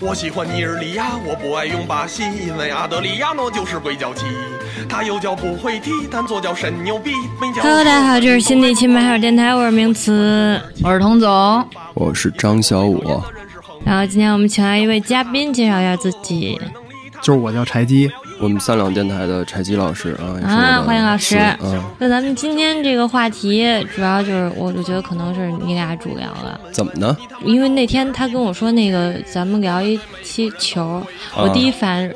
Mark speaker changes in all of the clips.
Speaker 1: 我喜欢尼日利亚，我不爱用巴西，因为阿德里亚诺就是鬼脚七，他右脚不会踢，但左脚神牛逼。没脚
Speaker 2: Hello，大家好，这是新的一期马小电台，我是名词。
Speaker 3: 我是童总，
Speaker 4: 我是张小五，
Speaker 2: 然后今天我们请来一位嘉宾，介绍一下自己。
Speaker 5: 就是我叫柴鸡，
Speaker 4: 我们三两电台的柴鸡老师啊，也是
Speaker 2: 啊
Speaker 4: 我的
Speaker 2: 欢迎老师
Speaker 4: 嗯，
Speaker 2: 那咱们今天这个话题，主要就是我就觉得可能是你俩主聊了，
Speaker 4: 怎么呢？
Speaker 2: 因为那天他跟我说那个咱们聊一期球，我
Speaker 4: 啊
Speaker 2: 第一反应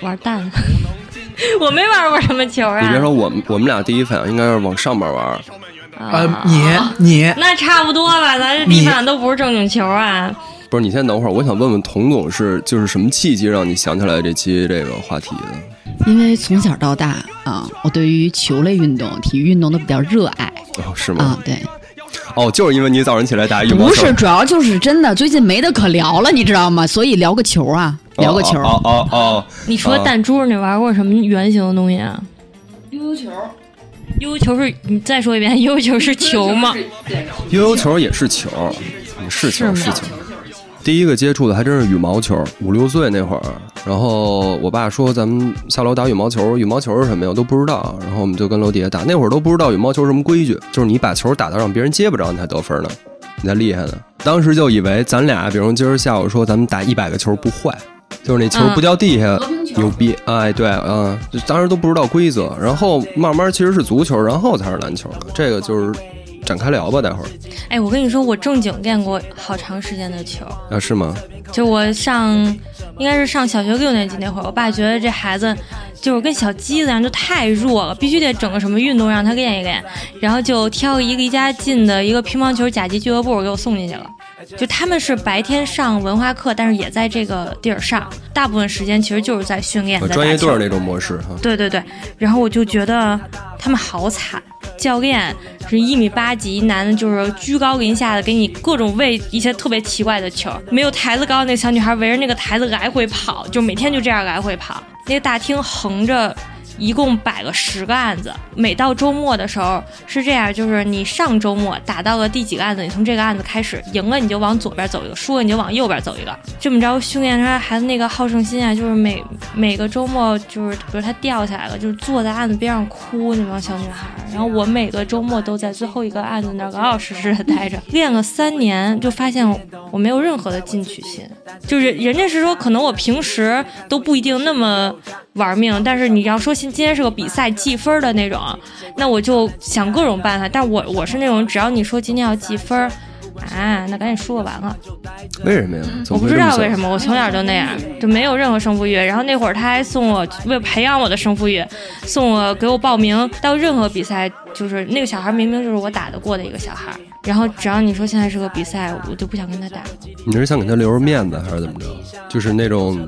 Speaker 2: 玩蛋， 我没玩过什么球啊。
Speaker 4: 你别说我们，我们俩第一反应应该是往上面玩，
Speaker 2: 啊
Speaker 5: 呃，你你
Speaker 2: 那差不多吧，咱这地板都不是正经球啊。
Speaker 4: 不是？你先等会儿，我想问问童总是就是什么契机让你想起来这期这个话题的？
Speaker 6: 因为从小到大啊，我对于球类运动、体育运动都比较热爱
Speaker 4: 哦，是
Speaker 6: 啊
Speaker 4: 吗？。
Speaker 6: 对，
Speaker 4: 哦，就是因为你早上起来打羽毛球，
Speaker 6: 啊不是，主要就是真的最近没得可聊了，你知道吗？所以聊个球啊，
Speaker 4: 哦
Speaker 6: 聊个球。
Speaker 4: 哦哦哦，
Speaker 2: 你除了弹珠，你玩过什么圆形的东西啊？
Speaker 6: 悠悠球，
Speaker 2: 悠悠球是你再说一遍， 悠悠球是球 吗？
Speaker 4: 悠悠球也是球，嗯是球
Speaker 2: 是
Speaker 4: 是
Speaker 2: 吗
Speaker 4: 球。第一个接触的还真是羽毛球，五六岁那会儿，然后我爸说咱们下楼打羽毛球，羽毛球是什么呀？我都不知道，然后我们就跟楼底下打，那会儿都不知道羽毛球什么规矩，就是你把球打到让别人接不着，你才得分呢，你才厉害呢。当时就以为咱俩，比如今儿下午说咱们打一百个球不坏，就是那球不掉地下，牛逼，哎，对，嗯，就当时都不知道规则，然后慢慢其实是足球，然后才是篮球的，这个就是展开聊吧，待会儿。
Speaker 2: 哎，我跟你说，我正经练过好长时间的球，
Speaker 4: 啊，是吗？
Speaker 2: 就我上应该是上小学六年级那会儿，我爸觉得这孩子就是跟小鸡子一样，就太弱了，必须得整个什么运动让他练一练，然后就挑了一个离家近的一个乒乓球甲级俱乐部给我送进去了。就他们是白天上文化课，但是也在这个地儿上，大部分时间其实就是在训练，
Speaker 4: 呃
Speaker 2: 在
Speaker 4: 专业
Speaker 2: 打球
Speaker 4: 队儿那种模式哈。
Speaker 2: 对对对，然后我就觉得他们好惨，教练是一米八几，男的就是居高临下的给你各种喂一些特别奇怪的球，没有台子高的那小女孩围着那个台子来回跑，就每天就这样来回跑。那个大厅横着。一共摆了十个案子，每到周末的时候是这样，就是你上周末打到了第几个案子，你从这个案子开始，赢了你就往左边走一个，输了你就往右边走一个，这么着训练出来孩子那个好胜心啊，就是每每个周末就是，比如他掉下来了，就是坐在案子边上哭那帮小女孩儿。然后我每个周末都在最后一个案子那儿老老实实的待着，练了三年，就发现我没有任何的进取心。就是人家是说，可能我平时都不一定那么玩命，但是你要说今今天是个比赛计分儿的那种，那我就想各种办法。但我我是那种，只要你说今天要计分儿。啊，那赶紧说完了。
Speaker 4: 为什么呀？
Speaker 2: 嗯我
Speaker 4: 总
Speaker 2: 不
Speaker 4: 会
Speaker 2: 知
Speaker 4: 这么
Speaker 2: 道
Speaker 4: 想
Speaker 2: 为什。么，我从小就那样，就没有任何胜负欲。然后那会儿他还送我，为了培养我的胜负欲，送我给我报名到任何比赛，就是那个小孩明明就是我打得过的一个小孩，然后只要你说现在是个比赛，我就不想跟他打了。
Speaker 4: 你是想给他留着面子，还是怎么着？就是那种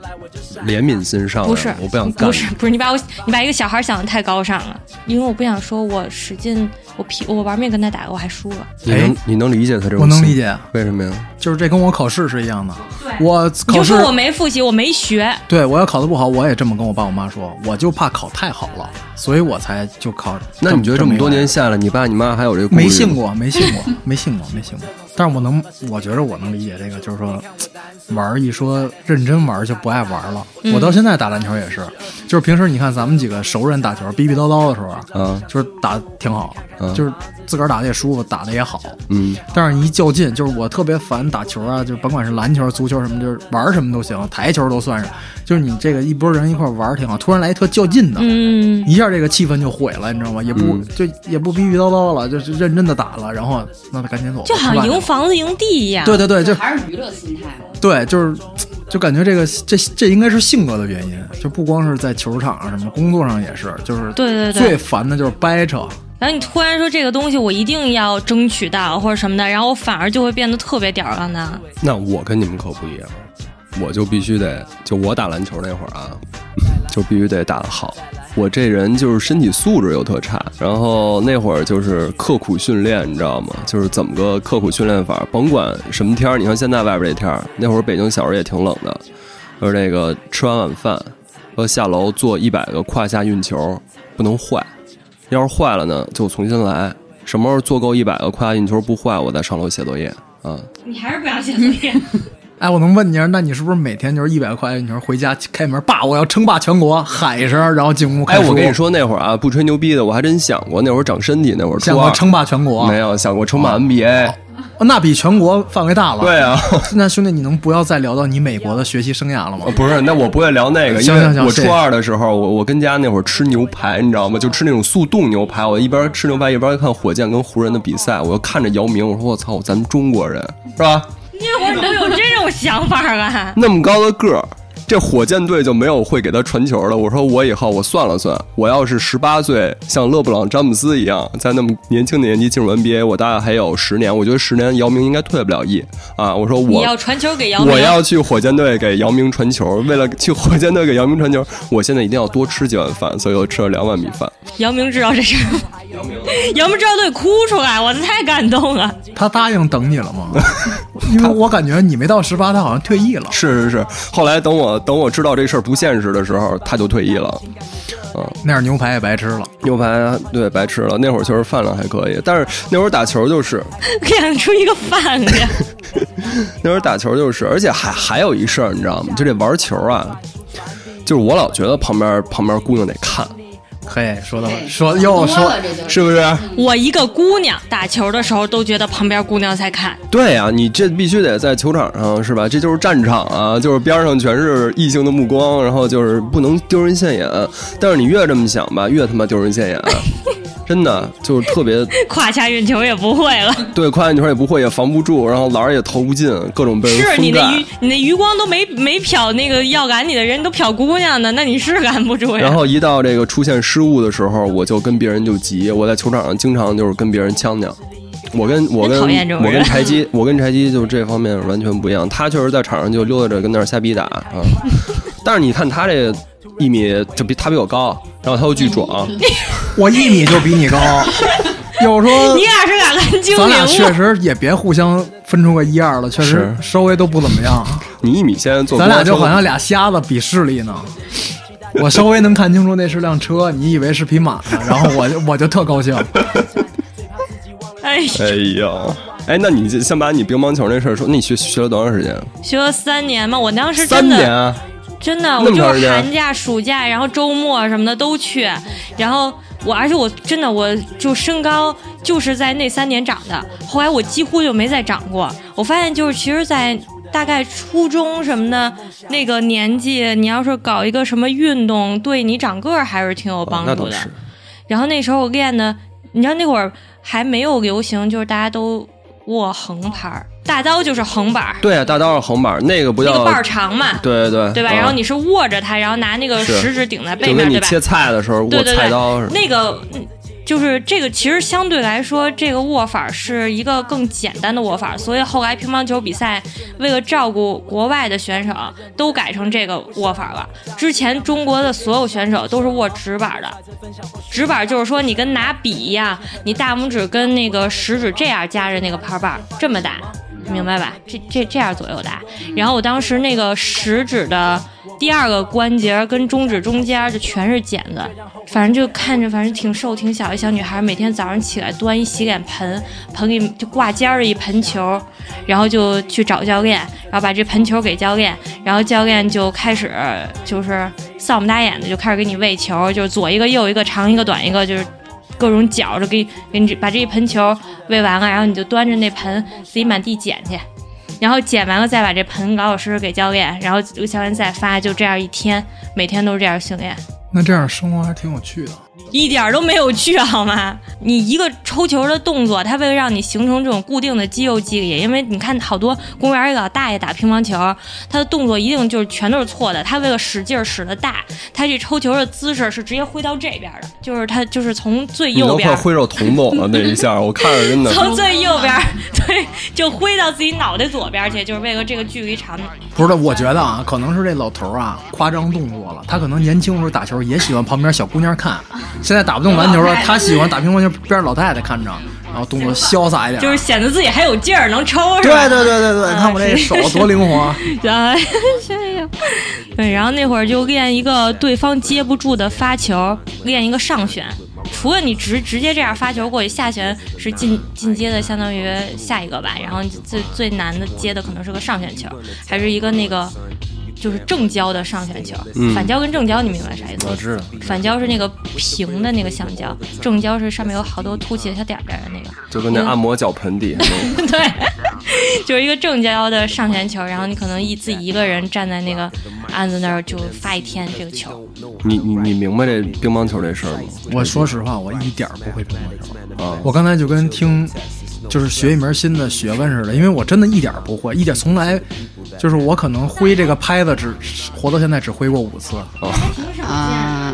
Speaker 4: 怜悯心上来了，啊
Speaker 2: 不是，
Speaker 4: 我不想干。
Speaker 2: 不是，不是，你把我，你把一个小孩想的太高尚了，因为我不想说我使劲，我拼，我玩命跟他打，我还输了。
Speaker 4: 你能你能理解他这种？
Speaker 5: 哎我能理。解，啊
Speaker 4: 为什么呀？
Speaker 5: 就是这跟我考试是一样的。我
Speaker 2: 你
Speaker 5: 考
Speaker 2: 就
Speaker 5: 试
Speaker 2: 说，我没复习，我没学，
Speaker 5: 对我要考得不好，我也这么跟我爸我妈说，我就怕考太好了，所以我才就考。
Speaker 4: 那你觉得这么多年
Speaker 5: 没
Speaker 4: 下来，你爸你妈还有这个顾虑
Speaker 5: 没
Speaker 4: 吗
Speaker 5: 信？过，没信过，没信过，没信过。但是我能，我觉得我能理解这个，就是说，玩儿一说认真玩儿就不爱玩儿了。我到现在打篮球也是，就是平时你看咱们几个熟人打球逼逼叨叨的时候啊，
Speaker 4: 啊，
Speaker 5: 就是打得挺好，
Speaker 4: 嗯
Speaker 5: 就是自个儿打的也舒服，打的也好。
Speaker 4: 嗯，
Speaker 5: 但是你一较劲，就是我特别烦打球啊，就是甭管是篮球、足球什么，就是玩什么都行，台球都算上。就是你这个一拨人一块玩儿挺好，突然来一特较劲的，
Speaker 2: 嗯，
Speaker 5: 一下这个气氛就毁了，你知道吗？也不、
Speaker 4: 嗯
Speaker 5: 就也不逼逼叨叨了，就是认真的打了，然后那赶紧走吧，
Speaker 2: 就好像
Speaker 5: 吃饭去
Speaker 2: 赢
Speaker 5: 吧。
Speaker 2: 房子赢地一样。
Speaker 5: 对对对，就
Speaker 6: 还是娱乐心态。
Speaker 5: 对，就是就感觉这个这这应该是性格的原因，就不光是在球场啊上，什么工作上也是，就是
Speaker 2: 对对对
Speaker 5: 最烦的就是掰扯。
Speaker 2: 然后你突然说这个东西我一定要争取到或者什么的，然后我反而就会变得特别吊儿郎当。
Speaker 4: 那我跟你们可不一样，我就必须得，就我打篮球那会儿啊， 就必须得打得好。我这人就是身体素质又特差，然后那会儿就是刻苦训练，你知道吗？就是怎么个刻苦训练法，甭管什么天儿，你看现在外边这天儿，那会儿北京小时候也挺冷的，就是那个吃完晚饭，要下楼做一百个胯下运球，不能坏，要是坏了呢，就重新来。什么时候做够一百个胯下运球不坏，我再上楼写作业啊。
Speaker 2: 你还是不要写作 业，
Speaker 5: 哎，我能问你一下，那你是不是每天就是一百块钱，你说回家开门，爸，我要称霸全国，喊一声，然后进屋开
Speaker 4: 哎，
Speaker 5: 始
Speaker 4: 我跟你，说，那会儿啊，不吹牛逼的，我还真想过，那会儿长身体，那会儿
Speaker 5: 想
Speaker 4: 初
Speaker 5: 要
Speaker 4: 二
Speaker 5: 称霸全国，
Speaker 4: 没有想过称霸 NBA，、
Speaker 5: 哦那比全国范围大了。
Speaker 4: 对啊，
Speaker 5: 那兄弟，你能不要再聊到你美国的学习生涯了吗？
Speaker 4: 不是，那我不会聊那个，因
Speaker 5: 行行
Speaker 4: 为
Speaker 5: 行
Speaker 4: 我初
Speaker 5: 谢谢
Speaker 4: 二的时候，我我跟家那会儿吃牛排，你知道吗？就吃那种速冻牛排，我一边吃牛排一边看火箭跟湖人的比赛，我又看着姚明，我说我操，咱们中国人是吧？
Speaker 2: 那会儿你都有这种想法了。
Speaker 4: 那么高的个儿，这火箭队就没有会给他传球的。我说我以后我算了算，我要是十八岁像勒布朗詹姆斯一样，在那么年轻的年纪进入 NBA，我大概还有十年。我觉得十年姚明应该退不了役啊。我说
Speaker 2: 你
Speaker 4: 我
Speaker 2: 要传球给姚明，
Speaker 4: 我要去火箭队给姚明传球，为了 去火箭队给姚明传球，我现在一定要多吃几碗饭，所以我吃了两碗米饭。
Speaker 2: 姚明知道这事儿吗？ 姚明知道都得哭出来，我太感动了。
Speaker 5: 他答应等你了 吗？因为我感觉你没到十八，他好像退役了。
Speaker 4: 是是是，后来等我等我知道这事儿不现实的时候，他就退役了。
Speaker 5: 那样牛排也白吃了。
Speaker 4: 牛排对白吃了，那会儿确实饭量还可以，但是那会儿打球就是
Speaker 2: 养出一个饭量，
Speaker 4: 那会儿打球就是，而且还还有一事儿，你知道吗？就这玩球啊，就是我老觉得旁边旁边姑娘得看，
Speaker 5: 嘿，说到说又
Speaker 6: 多
Speaker 5: 说
Speaker 6: 了，这就是
Speaker 4: 不是？
Speaker 2: 我一个姑娘打球的时候都觉得旁边姑娘在看，
Speaker 4: 对啊，你这必须得在球场上是吧？这就是战场啊，就是边上全是异性的目光，然后就是不能丢人现眼。但是你越这么想吧，越他妈丢人现眼，啊真的就是特别
Speaker 2: 胯下运球也不会了。
Speaker 4: 对快女孩也不会，也防不住，然后篮儿也投不进，各种被人
Speaker 2: 是你
Speaker 4: 封
Speaker 2: 那
Speaker 4: 盖
Speaker 2: 余。你那余光都没没瞟那个要赶你的人，都瞟姑娘呢，那你是赶不 啊住呀。
Speaker 4: 然后一到这个出现失误的时候，我就跟别人就急。我在球场上经常就是跟别人呛呛。我跟我跟
Speaker 2: 真讨厌这种
Speaker 4: 我
Speaker 2: 人
Speaker 4: 跟柴鸡， 我跟柴鸡就这方面完全不一样。他确实在场上就溜达着跟那儿瞎逼打 啊，但是你看他这一米，就比他比我高，然后他又巨壮，
Speaker 5: 我一米就比你 高。又说
Speaker 2: 你俩是敢跟精
Speaker 5: 咱俩
Speaker 2: 明
Speaker 5: 确
Speaker 2: 吗？
Speaker 5: 实也别互相分出个一二了，确实
Speaker 4: 是
Speaker 5: 稍微都不怎 么样。
Speaker 4: 你一米先坐公交车，
Speaker 5: 咱俩就好像俩瞎子比视力呢。 我稍微能看清楚那是辆车，你以为是匹马呢，然后我就我就特高兴。
Speaker 2: 哎，
Speaker 4: 哎呦。哎，那你就先把你乒乓球那事儿说，那你学学了多长时间？
Speaker 2: 学了三年嘛，我当时
Speaker 4: 三
Speaker 2: 真
Speaker 4: 年
Speaker 2: 的
Speaker 4: 啊，
Speaker 2: 真的，
Speaker 4: 那
Speaker 2: 我
Speaker 4: 么长
Speaker 2: 就
Speaker 4: 时
Speaker 2: 是
Speaker 4: 间
Speaker 2: 寒假、暑假，然后周末什么的都去，然后我，而且我真的我就身高就是在那三年长的，后来我几乎就没再长过。我发现就是其实，在大概初中什么的那个年纪，你要是搞一个什么运动，对你长个儿还是挺有帮
Speaker 4: 哦那
Speaker 2: 助
Speaker 4: 倒
Speaker 2: 的。
Speaker 4: 是。
Speaker 2: 然后那时候我练的，你知道那会儿还没有流行，就是大家都握横盘儿，大刀就是横板儿，
Speaker 4: 对啊，大刀是横板儿，那个不
Speaker 2: 那
Speaker 4: 叫
Speaker 2: 个把儿长嘛。
Speaker 4: 对对
Speaker 2: 对吧？
Speaker 4: 啊
Speaker 2: 然后你是握着它，然后拿那个
Speaker 4: 是
Speaker 2: 食指顶在背
Speaker 4: 就跟
Speaker 2: 面，
Speaker 4: 你
Speaker 2: 对吧？
Speaker 4: 切菜的时候
Speaker 2: 对
Speaker 4: 握
Speaker 2: 对
Speaker 4: 菜刀似
Speaker 2: 对，
Speaker 4: 的。
Speaker 2: 那个嗯就是这个，其实相对来说，这个握法是一个更简单的握法，所以后来乒乓球比赛为了照顾国外的选手，啊都改成这个握法了。之前中国的所有选手都是握直板的，直板就是说你跟拿笔一样，你大拇指跟那个食指这样夹着那个拍把，这么打。明白吧？这这这样左右打，然后我当时那个食指的第二个关节跟中指中间就全是茧子，反正就看着反正挺瘦挺小一小女孩，每天早上起来端一洗脸盆，盆里就挂尖儿的一盆球，然后就去找教练，然后把这盆球给教练，然后教练就开始就是丧不打眼的就开始给你喂球，就是左一个右一个长一个短一个，就是各种搅着给给你把这一盆球喂完了，然后你就端着那盆自己满地捡去。然后捡完了再把这盆老老实实给教练，然后教练再发，就这样一天，每天都这样训练。
Speaker 5: 那这样生活还挺有趣的。
Speaker 2: 一点儿都没有趣， 好吗？你一个抽球的动作，它为了让你形成这种固定的肌肉记忆，因为你看好多公园儿里老大爷打乒乓球，他的动作一定就是全都是错的，他为了使劲儿使的大，他这抽球的姿势是直接挥到这边儿的，就是他就是从最
Speaker 4: 你
Speaker 2: 右
Speaker 4: 都
Speaker 2: 边
Speaker 4: 快
Speaker 2: 儿。
Speaker 4: 挥手捅我了那一下，我看着真的。
Speaker 2: 从最右边儿，对，就挥到自己脑袋左边儿去，就是为了这个距离长。
Speaker 5: 不是，我觉得啊，可能是这老头儿啊夸张动作了。他可能年轻时候打球也喜欢旁边小姑娘看，现在打不动篮球了，他喜欢打乒乓球，边上老太太看着，然后动作潇洒一点。
Speaker 2: 就是显得自己还有劲儿，能抽是
Speaker 5: 对
Speaker 2: 吧？
Speaker 5: 对对对对，你看我这手多灵活。
Speaker 2: 然后对，然后那会儿就练一个对方接不住的发球，练一个上旋。除了你直直接这样发球过去，下旋是进进阶的，相当于下一个吧。然后最最难的接的可能是个上旋球，还是一个那个就是正交的上旋球。反交跟正交你明白啥意思吗？
Speaker 5: 我知道，
Speaker 2: 反交是那个平的那个橡胶，正交是上面有好多凸起的小点儿点儿的那个。
Speaker 4: 就跟那按摩脚盆底下那 个，
Speaker 2: 对，就是一个正交的上旋球，然后你可能一自己一个人站在那个案子那儿就发一天这个球，
Speaker 4: 你你你明白这乒乓球这事儿吗？
Speaker 5: 我说实话，我一点儿不会乒乓球。我刚才就跟听，就是学一门新的学问似的，因为我真的一点儿不会，一点儿从来，就是我可能挥这个拍子只活到现在只挥过五次。
Speaker 6: 啊。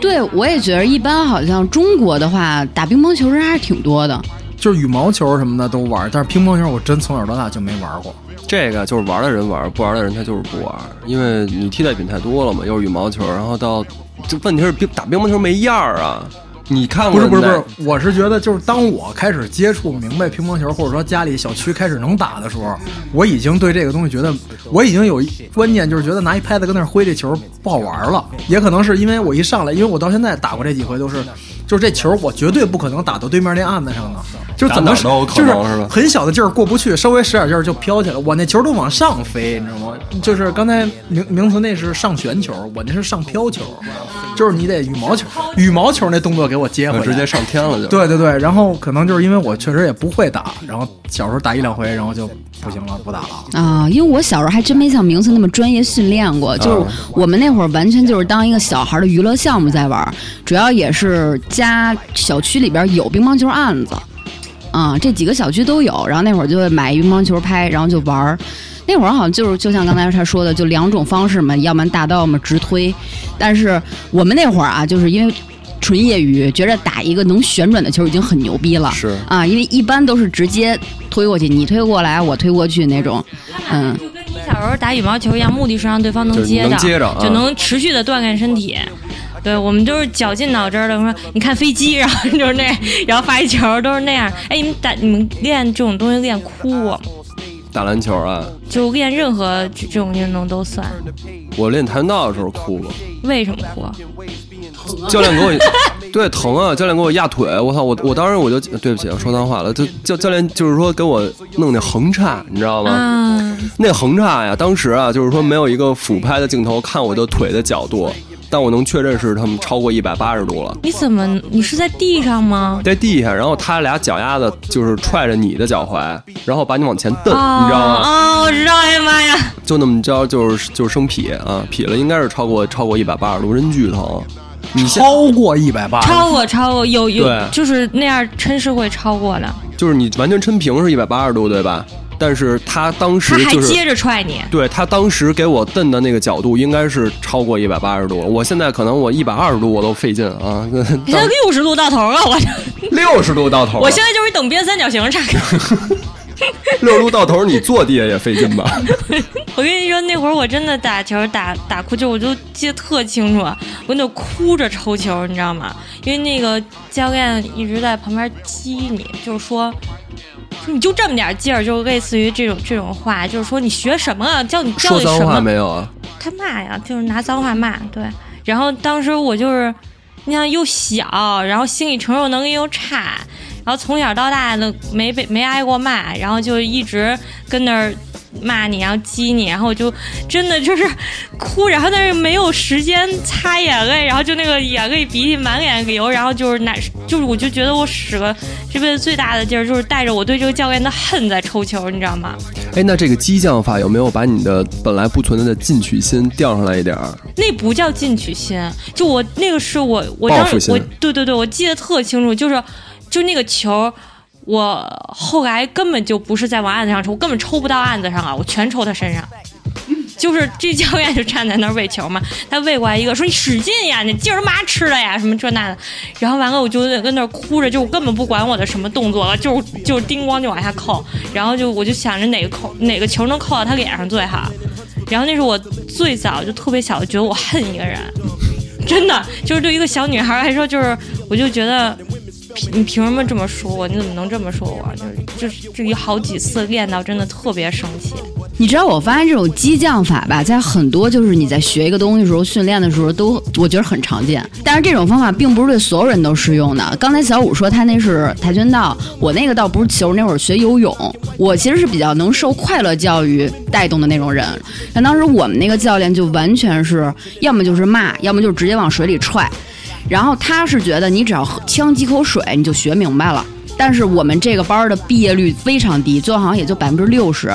Speaker 6: 对，我也觉得一般，好像中国的话，打乒乓球人还是挺多的。
Speaker 5: 就是羽毛球什么的都玩，但是乒乓球我真从小到大就没玩过。
Speaker 4: 这个就是玩的人玩，不玩的人他就是不玩，因为你替代品太多了嘛，又是羽毛球，然后到这问题是乒打乒乓球没样儿啊。你看
Speaker 5: 不
Speaker 4: 过
Speaker 5: 是不是不
Speaker 4: 那
Speaker 5: 是，我是觉得就是当我开始接触明白乒乓球，或者说家里小区开始能打的时候，我已经对这个东西觉得，我已经有一观念，就是觉得拿一拍子跟那儿挥这球不好玩了。也可能是因为我一上来，因为我到现在打过这几回都是，就是这球我绝对不可能打到对面那案子上的，就是怎么
Speaker 4: 打哪儿都有可
Speaker 5: 就是
Speaker 4: 能是吧
Speaker 5: 很小的劲儿过不去，稍微使点劲儿就飘起来，我那球都往上飞，你知道吗？就是刚才名名词那是上旋球，我那是上飘球，就是你得羽毛球，羽毛球那动作给我接回
Speaker 4: 个
Speaker 5: 来，
Speaker 4: 直接上天了就。，
Speaker 5: 对对对，然后可能就是因为我确实也不会打，然后小时候打一两回，然后就不行了，不打了。
Speaker 6: 啊，因为我小时候还真没像明次那么专业训练过，就是我们那会儿完全就是当一个小孩的娱乐项目在玩儿，主要也是家小区里边有乒乓球案子，啊，这几个小区都有，然后那会儿就会买乒乓球拍，然后就玩儿。那会儿好像就是就像刚才他说的，就两种方式嘛，要不然大刀，要么直推。但是我们那会儿啊，就是因为纯业余，觉着打一个能旋转的球已经很牛逼了。
Speaker 4: 是
Speaker 6: 啊，因为一般都是直接推过去，你推过来，我推过去那种。嗯，
Speaker 2: 就跟你小时候打羽毛球一样，目的是让对方能
Speaker 4: 就是
Speaker 2: 接
Speaker 4: 能
Speaker 2: 到，
Speaker 4: 接着啊
Speaker 2: 就能持续的锻炼身体。对，我们都是绞尽脑汁儿的说，你看飞机，然后就是那，然后发一球都是那样。哎，你们打你们练这种东西练哭我，
Speaker 4: 打篮球啊，
Speaker 2: 就练任何这这种运动都算。
Speaker 4: 我练跆拳道的时候哭过，
Speaker 2: 为什么哭？啊
Speaker 4: 教练给我对疼啊，教练给我压腿，我操，我我当时我就对不起，我说脏话了，就教教练就是说给我弄那横叉，你知道吗？
Speaker 2: 嗯，
Speaker 4: 那横叉呀，当时啊，就是说没有一个俯拍的镜头看我的腿的角度，但我能确认是他们超过一百八十度了，
Speaker 2: 你怎么你是在地上吗？
Speaker 4: 在地下，然后他俩脚丫子就是踹着你的脚踝，然后把你往前蹬，
Speaker 2: 啊
Speaker 4: 你知道吗？
Speaker 2: 啊，我知道，哎呀妈呀！
Speaker 4: 就那么着，就是就是生劈啊，劈了应该是超过超过一百八十度，真巨疼。你现
Speaker 5: 超过一百八，
Speaker 2: 超过超过有有
Speaker 4: 啊对，
Speaker 2: 就是那样真是会超过的。
Speaker 4: 就是你完全抻平是一百八十度对吧？但是他当时
Speaker 2: 他还
Speaker 4: 就是
Speaker 2: 接着踹你，
Speaker 4: 对他当时给我蹬的那个角度，应该是超过一百八十度了。我现在可能我一百二十度我都费劲 啊，
Speaker 2: 你现在六十度到头了，我这
Speaker 4: 六十度到头了，啊
Speaker 2: 我现在就是等边三角形差。
Speaker 4: 六十度到头，你坐地下也费劲吧？
Speaker 2: 我跟你说，那会儿我真的打球打打哭球，我就记得特清楚，我那哭着抽球，你知道吗？因为那个教练一直在旁边激你，就是说。说你就这么点劲儿，就类似于这种这种话，就是说你学什么啊？教你教你
Speaker 4: 说
Speaker 2: 什
Speaker 4: 脏话
Speaker 2: 么？
Speaker 4: 没有啊？
Speaker 2: 他骂呀，就是拿脏话骂，对。然后当时我就是，你想又小，然后心理承受能力又差，然后从小到大的没被没挨过骂，然后就一直跟那儿骂你，然后激你，然后我就真的就是哭，然后但是没有时间擦眼泪，然后就那个眼泪鼻涕满脸流，然后就是拿就是我就觉得我使了这辈子最大的劲儿，就是带着我对这个教练的恨在抽球，你知道吗？
Speaker 4: 哎，那这个激将法有没有把你的本来不存在的进取心吊上来一点儿？
Speaker 2: 那不叫进取心，就我那个是我我
Speaker 4: 报
Speaker 2: 当
Speaker 4: 复心
Speaker 2: 时我对对对，我记得特清楚，就是就那个球，我后来根本就不是在往案子上抽，我根本抽不到案子上啊，我全抽他身上。就是这教练就站在那儿喂球嘛，他喂过来一个说你使劲呀，你劲儿妈吃了呀，什么这那的，然后完了我就跟那儿哭着，就我根本不管我的什么动作了，就就叮咣就往下扣，然后就我就想着哪个扣哪个球能扣到他脸上最好，然后那是我最早就特别小就觉得我恨一个人， 真的就是对一个小女孩来说，就是我就觉得。凭你凭什么这么说我？你怎么能这么说我？就是就是就有好几次练到真的特别生气。
Speaker 6: 你知道，我发现这种激将法吧，在很多就是你在学一个东西的时候、训练的时候都，我觉得很常见。但是这种方法并不是对所有人都适用的。刚才小五说他那是跆拳道，我那个倒不是球，那会儿学游泳。我其实是比较能受快乐教育带动的那种人。但当时我们那个教练就完全是，要么就是骂，要么就直接往水里踹。然后他是觉得你只要喝呛几口水，你就学明白了。但是我们这个班儿的毕业率非常低，最后好像也就百分之六十。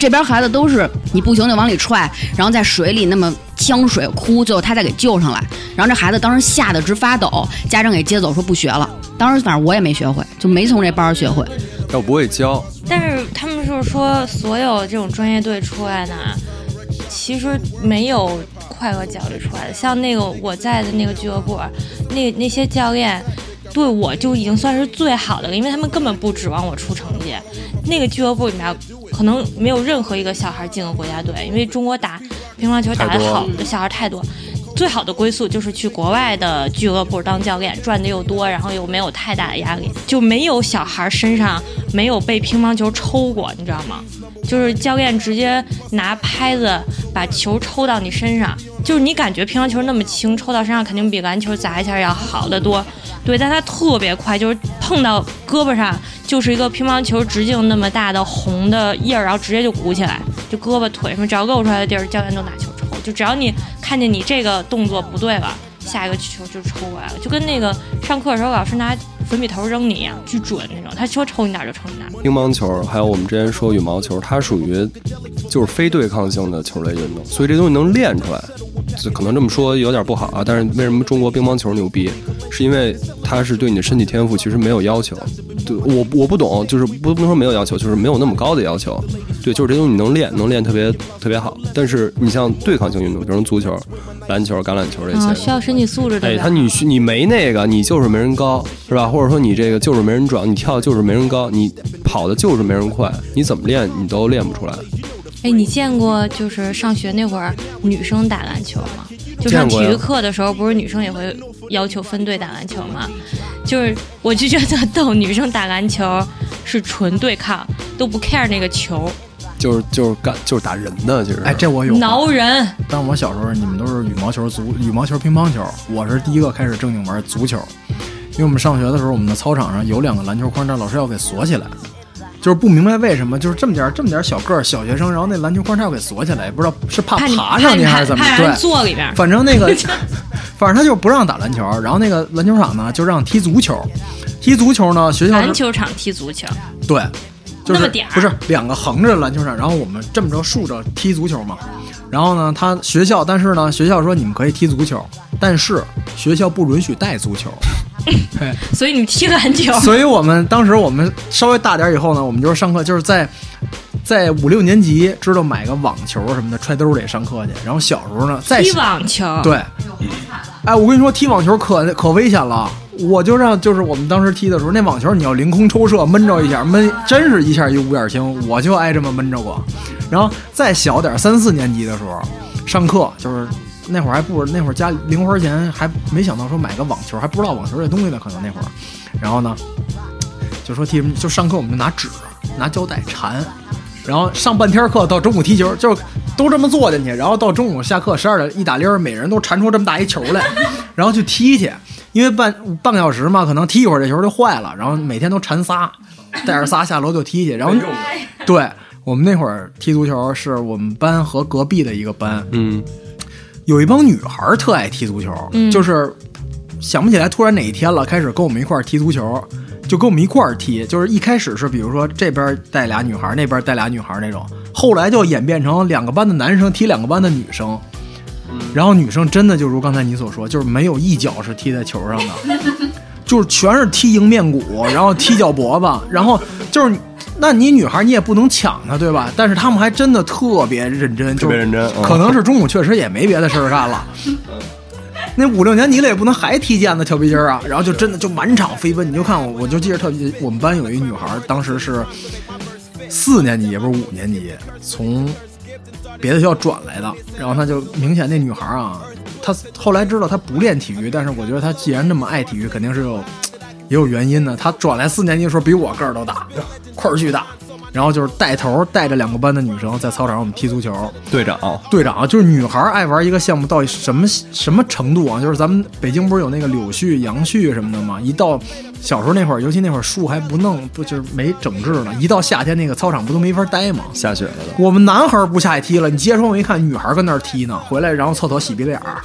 Speaker 6: 这边孩子都是你不行就往里踹，然后在水里那么呛水哭，最后他再给救上来。然后这孩子当时吓得直发抖，家长给接走说不学了。当时反正我也没学会，就没从这班儿学会。
Speaker 4: 要不会教，
Speaker 2: 但是他们就是说，所有这种专业队出来的，啊，其实没有快乐教育出来的。像那个我在的那个俱乐部，那那些教练对我就已经算是最好的了，因为他们根本不指望我出成绩。那个俱乐部里面，可能没有任何一个小孩进了国家队，因为中国打乒乓球打
Speaker 4: 太多
Speaker 2: 得
Speaker 4: 了
Speaker 2: 好的小孩太多。最好的归宿就是去国外的俱乐部当教练，赚的又多，然后又没有太大的压力，就没有小孩身上没有被乒乓球抽过，你知道吗？就是教练直接拿拍子把球抽到你身上，就是你感觉乒乓球那么轻，抽到身上肯定比篮球砸一下要好得多。对，但它特别快，就是碰到胳膊上就是一个乒乓球直径那么大的红的印儿，然后直接就鼓起来，就胳膊腿什么只要露出来的地儿，教练都拿球抽。就只要你看见你这个动作不对了，下一个球就抽过来了，就跟那个上课的时候老师拿粉笔头扔你一样，巨准那种。他说抽你哪儿就抽你哪儿。
Speaker 4: 乒乓球，还有我们之前说羽毛球，它属于就是非对抗性的球类运动，所以这东西能练出来。这可能这么说有点不好啊，但是为什么中国乒乓球牛逼？是因为它是对你的身体天赋其实没有要求。对我我不懂，就是不不能说没有要求，就是没有那么高的要求。对，就是这东西你能练，能练特别特别好。但是你像对抗性运动，比如足球、篮球、橄榄球这些，
Speaker 2: 啊，需要身体素质
Speaker 4: 哎，
Speaker 2: 的。
Speaker 4: 他你需你没那个，你就是没人高，是吧？或者说你这个就是没人壮，你跳的就是没人高，你跑的就是没人快，你怎么练你都练不出来。
Speaker 2: 哎，你见过就是上学那会儿女生打篮球吗？就
Speaker 4: 见
Speaker 2: 上
Speaker 4: 过
Speaker 2: 体
Speaker 4: 呀
Speaker 2: 育课的时候，不是女生也会要求分队打篮球吗？就是我就觉得逗，女生打篮球是纯对抗，都不 care 那个球，
Speaker 4: 就是就是干就是打人的，其实。
Speaker 5: 哎，这我有。
Speaker 2: 挠人。
Speaker 5: 但我小时候你们都是羽毛球、足羽毛球、乒乓球，我是第一个开始正经玩足球，因为我们上学的时候，我们的操场上有两个篮球框，但老师要给锁起来。就是不明白为什么，就是这么点儿这么点儿小个儿小学生，然后那篮球框他要给锁起来，也不知道是怕
Speaker 2: 怕你
Speaker 5: 爬上去还是怎么
Speaker 2: 怕怕
Speaker 5: 着。对
Speaker 2: 人，坐里边儿。
Speaker 5: 反正 那个，反正他就不让打篮球，然后那个篮球场呢就让踢足球，踢足球呢学校是
Speaker 2: 篮球场踢足球，
Speaker 5: 对，
Speaker 2: 那
Speaker 5: 就
Speaker 2: 么
Speaker 5: 是
Speaker 2: 点儿
Speaker 5: 不是两个横着篮球场，然后我们这么着竖着踢足球嘛。然后呢，他学校，但是呢，学校说你们可以踢足球，但是学校不允许带 足球，
Speaker 2: 所以你踢篮球，
Speaker 5: 所以我们当时我们稍微大点儿以后呢，我们就是上课就是在在五六年级知道买个网球什么的揣兜里上课去，然后小时候呢再
Speaker 2: 踢网球。
Speaker 5: 对，哎，我跟你说，踢网球可可危险了。我就让就是我们当时踢的时候，那网球你要凌空抽射，闷着一下，闷真是一下一五眼青，我就挨这么闷着过。然后再小点儿，三四年级的时候，上课就是那会儿还不那会儿家里零花钱还没想到说买个网球，还不知道网球这东西呢，可能那会儿。然后呢，就说踢什么就上课我们就拿纸拿胶带缠，然后上半天课到中午踢球，就是都这么坐进去，然后到中午下课十二点一打铃儿，每人都缠出这么大一球来，然后去踢去，因为半半个小时嘛，可能踢一会儿这球就坏了，然后每天都缠仨，带着仨下楼就踢去，然后对我们那会儿踢足球是我们班和隔壁的一个班，
Speaker 4: 嗯，
Speaker 5: 有一帮女孩儿特爱踢足球，就是想不起来突然哪一天了，开始跟我们一块儿踢足球，就跟我们一块儿踢。就是一开始是比如说这边儿带俩女孩儿，那边儿带俩女孩儿那种，后来就演变成两个班的男生踢两个班的女生，然后女生真的就如刚才你所说，就是没有一脚是踢在球上的， 就是全是踢迎面骨，然后踢脚脖子，然后就是。那你女孩你也不能抢她，对吧？但是他们还真的特别认真，
Speaker 4: 特别认真嗯
Speaker 5: 可能是中午确实也没别的事儿干了。那五六年级了也不能还踢毽子、跳皮筋儿啊，然后就真的就满场飞奔。你就看我，我就记着特别，我们班有一女孩儿，当时是四年级，也不是五年级，从别的学校转来的。然后她就明显那女孩儿啊，她后来知道她不练体育，但是我觉得她既然那么爱体育，肯定是有也有原因的。她转来四年级的时候比我个儿都大，块儿巨大。然后就是带头带着两个班的女生在操场上我们踢足球，
Speaker 4: 队长
Speaker 5: 队长啊，就是女孩爱玩一个项目到底什么什么程度啊？就是咱们北京不是有那个柳絮、杨絮什么的吗？一到小时候那会儿，尤其那会儿树还不弄，不就是没整治呢？一到夏天那个操场不都没法待吗？
Speaker 4: 下雪了都，
Speaker 5: 我们男孩儿不下去踢了，你接窗户一看，女孩儿跟那儿踢呢，回来然后凑头洗鼻脸儿，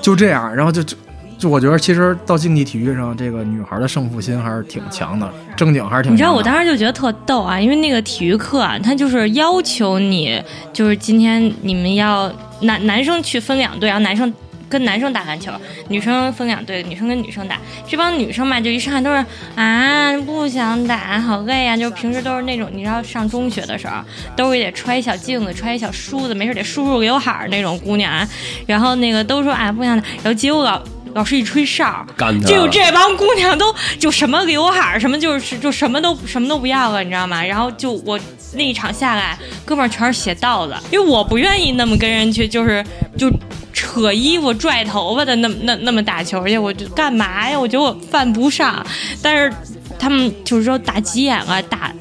Speaker 5: 就这样，然后就就就我觉得其实到竞技体育上，这个女孩儿的胜负心还是挺强的，正经还是挺强的。
Speaker 2: 你知道我当时就觉得特逗啊，因为那个体育课啊，他就是要求你，就是今天你们要男男生去分两队，然后男生跟男生打篮球，女生分两队，女生跟女生打。这帮女生嘛，就一上来都是啊不想打，好累呀、就是平时都是那种你知道上中学的时候，兜里得揣一小镜子，揣一小梳子，没事得梳梳刘海儿那种姑娘啊。然后那个都说啊不想打，然后结果老老师一吹哨，
Speaker 4: 干他
Speaker 2: 就这帮姑娘都就什么刘海儿，什么就是就什么都什么都不要了，你知道吗？然后就我那一场下来，哥们儿全是血道子，因为我不愿意那么跟人去，就是就扯衣服、拽头发的那么那那么打球去，我就干嘛呀？我觉得我犯不上，但是他们就是说打急眼了，打。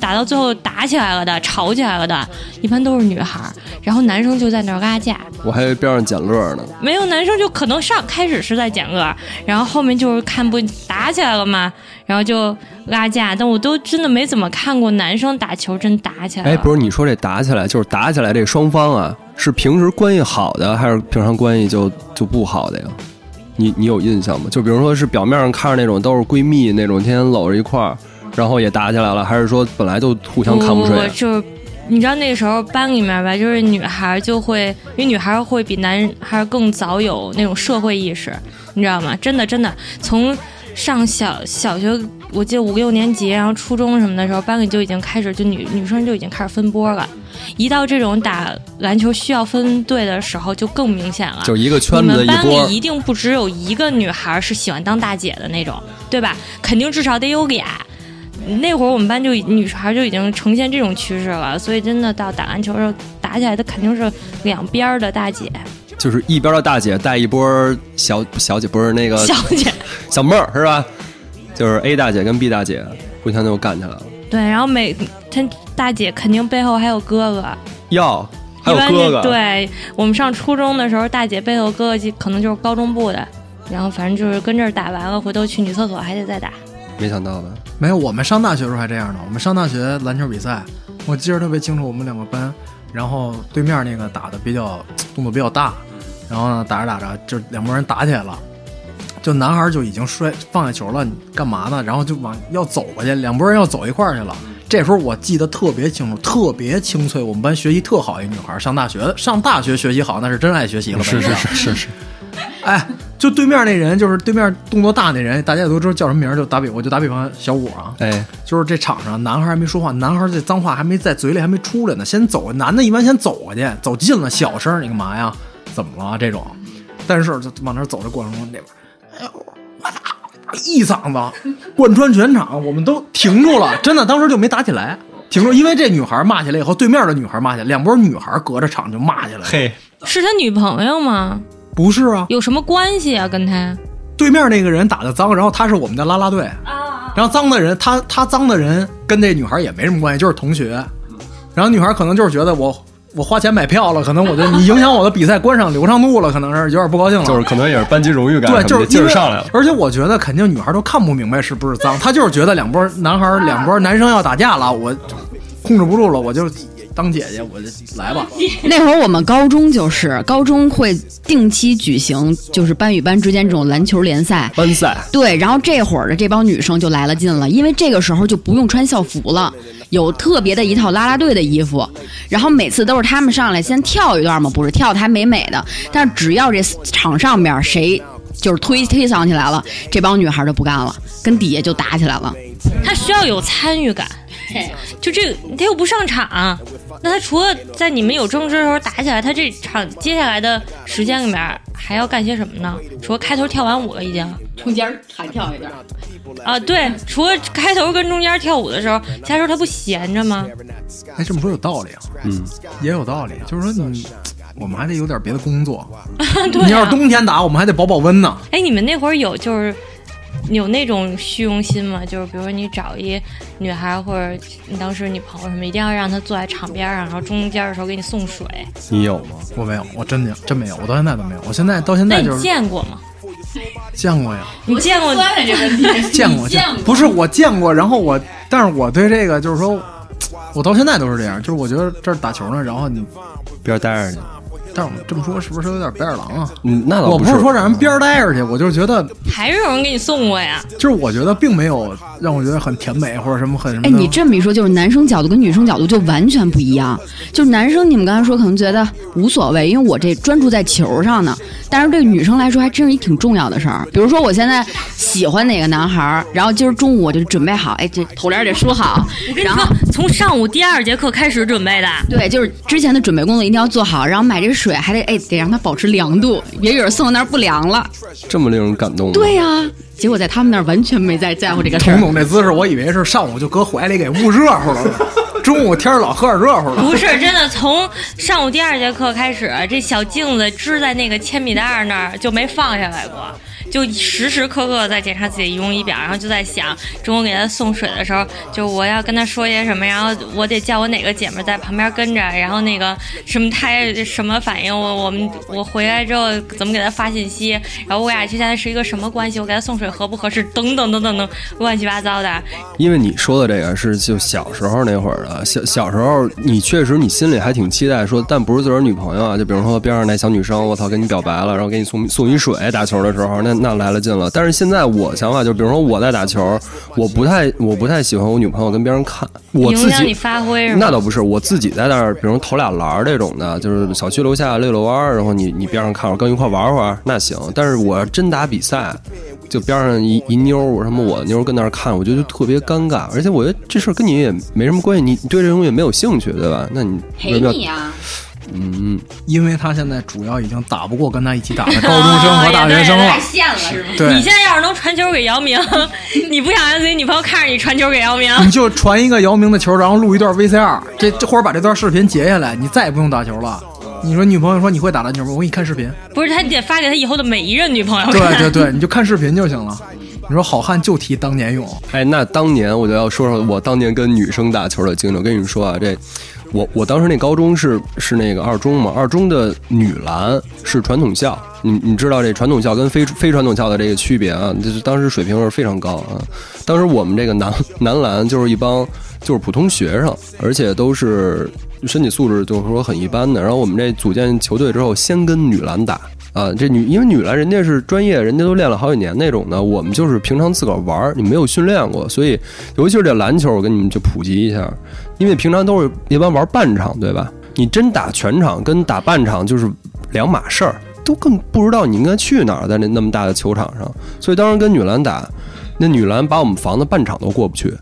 Speaker 2: 打到最后打起来了的，吵起来了的，一般都是女孩儿，然后男生就在那儿拉架，
Speaker 4: 我还以为边上捡乐呢。
Speaker 2: 没有男生就可能上开始是在捡乐，然后后面就是看不打起来了嘛，然后就拉架。但我都真的没怎么看过男生打球真打起来了。
Speaker 4: 哎，不是，你说这打起来就是打起来，这双方啊，是平时关系好的，还是平常关系就就不好的呀？你你有印象吗？就比如说是表面上看着那种都是闺蜜那种，天天搂着一块儿，然后也打起来了，还是说本来就互相看不顺
Speaker 2: 哦我
Speaker 4: 眼？
Speaker 2: 就是你知道那个时候班里面吧，就是女孩就会，因为女孩会比男孩更早有那种社会意识，你知道吗？真的真的，从上小小学，我记得五六年级，然后初中什么的时候，班里就已经开始就女女生就已经开始分波了。一到这种打篮球需要分队的时候，就更明显了。
Speaker 4: 就一个圈
Speaker 2: 你
Speaker 4: 子
Speaker 2: 们
Speaker 4: 一
Speaker 2: 班
Speaker 4: 波
Speaker 2: 里，一定不只有一个女孩是喜欢当大姐的那种，对吧？肯定至少得有俩。那会儿我们班就已女孩就已经呈现这种趋势了，所以真的到打篮球的时候打起来的肯定是两边儿的大姐、
Speaker 4: 就是一边的大姐带一波小小姐，不是那个
Speaker 2: 小姐。
Speaker 4: 小妹儿是吧？就是 A 大姐跟 B 大姐互相就干起来了。
Speaker 2: 对，然后每她大姐肯定背后还有哥哥，
Speaker 4: 哟，还
Speaker 2: 一
Speaker 4: 有
Speaker 2: 般
Speaker 4: 哥
Speaker 2: 是，
Speaker 4: 啊哥，
Speaker 2: 对我们上初中的时候，大姐背后哥哥就可能就是高中部的，然后反正就是跟这儿打完了，回头去女厕所还得再打。
Speaker 4: 没想到吧？
Speaker 5: 没有，我们上大学的时候还这样呢。我们上大学篮球比赛，我记得特别清楚，我们两个班，然后对面那个打的比较动作比较大，然后呢打着打着就两拨人打起来了，就男孩就已经摔放下球了，你干嘛呢？然后就往要走过去，两拨人要走一块儿去了。这时候我记得特别清楚，特别清脆。我们班学习特好一女孩，上大学上大学学习好，那是真爱学习了。
Speaker 4: 是是是
Speaker 5: 是是。哎，就对面那人，就是对面动作大那人，大家也都知道叫什么名儿。就打比，我就打比方，小五啊，
Speaker 4: 哎，
Speaker 5: 就是这场上男孩还没说话，男孩这脏话还没在嘴里还没出来呢，先走，男的一般先走过去，走近了小声，你干嘛呀？怎么了？这种，但是就往那儿走的过程中，那边，哎呦，我操！一嗓子贯穿全场，我们都停住了，真的，当时就没打起来，停住，因为这女孩骂起来以后，对面的女孩骂起来，两波女孩隔着场就骂起来了。
Speaker 4: 嘿，
Speaker 2: 是他女朋友吗？
Speaker 5: 不是啊，
Speaker 2: 有什么关系啊？跟他？
Speaker 5: 对面那个人打的脏，然后他是我们的啦啦队，然后脏的人，他他脏的人跟这女孩也没什么关系，就是同学。然后女孩可能就是觉得我我花钱买票了，可能我就你影响我的比赛观赏流畅度了，可能是有点不高兴了。
Speaker 4: 就是可能也是班级荣誉感
Speaker 5: 对，
Speaker 4: 什
Speaker 5: 就
Speaker 4: 么的
Speaker 5: 是
Speaker 4: 劲
Speaker 5: 因
Speaker 4: 儿
Speaker 5: 为
Speaker 4: 上来了。
Speaker 5: 而且我觉得肯定女孩都看不明白是不是脏，她就是觉得两波男孩、两波男生要打架了，我控制不住了，我就当姐姐，我就 来吧。
Speaker 6: 那会儿我们高中就是高中会定期举行，就是班与班之间这种篮球联赛。
Speaker 5: 班赛，
Speaker 6: 对，然后这会儿的这帮女生就来了劲了，因为这个时候就不用穿校服了，有特别的一套啦啦队的衣服，然后每次都是她们上来先跳一段嘛，不是跳的还美美的，但是只要这场上边谁就是推推搡起来了，这帮女孩就不干了，跟底下就打起来了。
Speaker 2: 他需要有参与感。就这，他又不上场，那他除了在你们有争执的时候打起来，他这场接下来的时间里面还要干些什么呢？除了开头跳完舞了已经
Speaker 6: 中间弹跳一段，
Speaker 2: 啊，对，除了开头跟中间跳舞的时候，其他时候他不闲着吗？
Speaker 5: 哎，这么说有道理啊，
Speaker 4: 嗯，
Speaker 5: 也有道理。就是说你，我们还得有点别的工作。
Speaker 2: 对、
Speaker 5: 你要是
Speaker 2: 啊，
Speaker 5: 冬天打，我们还得保保温呢。
Speaker 2: 哎，你们那会儿有就是。有那种虚荣心吗？就是比如说你找一女孩或者你当时你朋友什么，一定要让她坐在场边上，然后中间的时候给你送水。
Speaker 4: 你有吗？
Speaker 5: 我没有，我真的真没有，我到现在都没有。我现在到现
Speaker 2: 那
Speaker 5: 在
Speaker 2: 你
Speaker 5: 就是
Speaker 2: 见过吗？
Speaker 5: 见过呀，
Speaker 2: 你见过？
Speaker 6: 这问
Speaker 2: 哎
Speaker 6: 题
Speaker 5: 见过，见不是我见过，然后我，但是我对这个就是说，我到现在都是这样，就是我觉得这儿打球呢，然后你，
Speaker 4: 边待着去。
Speaker 5: 但是我这么说是不是有点白眼狼啊？
Speaker 4: 嗯，那倒
Speaker 5: 我
Speaker 4: 不
Speaker 5: 不是说让人边儿待着去，我就是觉得，
Speaker 2: 还是有人给你送过呀？
Speaker 5: 就是我觉得并没有让我觉得很甜美或者什么很什么的。
Speaker 6: 哎，你这么一说，就是男生角度跟女生角度就完全不一样。就是男生，你们刚才说可能觉得无所谓，因为我这专注在球上呢。但是对女生来说，还真是一挺重要的事儿。比如说，我现在喜欢哪个男孩儿，然后今儿中午我就准备好，哎，这头帘儿得梳好，然后
Speaker 2: 从上午第二节课开始准备的。
Speaker 6: 对，就是之前的准备工作一定要做好，然后买这水还得哎得让它保持凉度，别惹送到那儿不凉了。
Speaker 4: 这么令人感动吗？
Speaker 6: 对呀、结果在他们那儿完全没在在乎这个事
Speaker 5: 童
Speaker 6: 儿。
Speaker 5: 总这姿势，我以为是上午就搁怀里给捂热乎了呢，中午天儿老喝点热乎了。
Speaker 2: 不是真的，从上午第二节课开始，这小镜子支在那个铅笔袋儿那儿就没放下来过，就时时刻刻在检查自己的仪容仪表，然后就在想，中午给他送水的时候，就我要跟他说些什么，然后我得叫我哪个姐们儿在旁边跟着，然后那个什么他什么反应，我我们我回来之后怎么给他发信息，然后我俩之间是一个什么关系，我给他送水合不合适，等等等等等，乱七八糟的，
Speaker 4: 因为你说的这个是就小时候那会儿的，小小时候你确实你心里还挺期待说，但不是自个儿女朋友啊，就比如说边上那小女生，我操，跟你表白了，然后给你送送一水，打球的时候，那那来了劲了。但是现在我想法就，比如说我在打球，我不太我不太喜欢我女朋友跟别人看，我
Speaker 2: 影
Speaker 4: 自
Speaker 2: 响你
Speaker 4: 己。
Speaker 2: 发挥是吗？，
Speaker 4: 那倒不是，我自己在那儿，比如投俩篮儿这种的，就是小区楼下遛遛弯儿，然后你你边上看我跟一块玩会儿，那行。但是我真打比赛，就边上一一妞儿，我什么我妞儿跟那儿看，我觉得就特别尴尬。而且我觉得这事儿跟你也没什么关系，你对这东西没有兴趣，对吧？那你为什么要
Speaker 6: 啊！
Speaker 4: 嗯，
Speaker 5: 因为他现在主要已经打不过跟他一起打的高中生和大学生了
Speaker 6: 线了是吗？
Speaker 5: 对
Speaker 2: 你现在要是能传球给姚 明，你不想让自己女朋友看着你传球给姚明？
Speaker 4: 嗯
Speaker 5: 你就传一个姚明的球，然后录一段 VCR，这这或者把这段视频截下来，你再也不用打球了。你说女朋友说你会打篮球吗？我给你看视 频。
Speaker 2: 不是，他得发给他以后的每一任女朋友
Speaker 5: 对
Speaker 2: 看。
Speaker 5: 对对，你就看视频就行了。你说好汉就提当年 勇，
Speaker 4: 哎，那当年我就要说说我当年跟女生打球的经历。我跟你们说啊，这我我当时那高中是是那个二中嘛，二中的女篮是传统校，你你知道这传统校跟非非传统校的这个区别啊，就是当时水平是非常高啊。当时我们这个男男篮就是一帮就是普通学生，而且都是身体素质就是说很一般的。然后我们这组建球队之后，先跟女篮打。啊，这女因为女篮人家是专业，人家都练了好几年那种的，我们就是平常自个儿玩儿，你没有训练过，所以尤其是这篮球，我跟你们就普及一下，因为平常都是一般玩半场，对吧？你真打全场跟打半场就是两码事儿，都更不知道你应该去哪儿，在那那么大的球场上，所以当时跟女篮打，那女篮把我们防的半场都过 不去，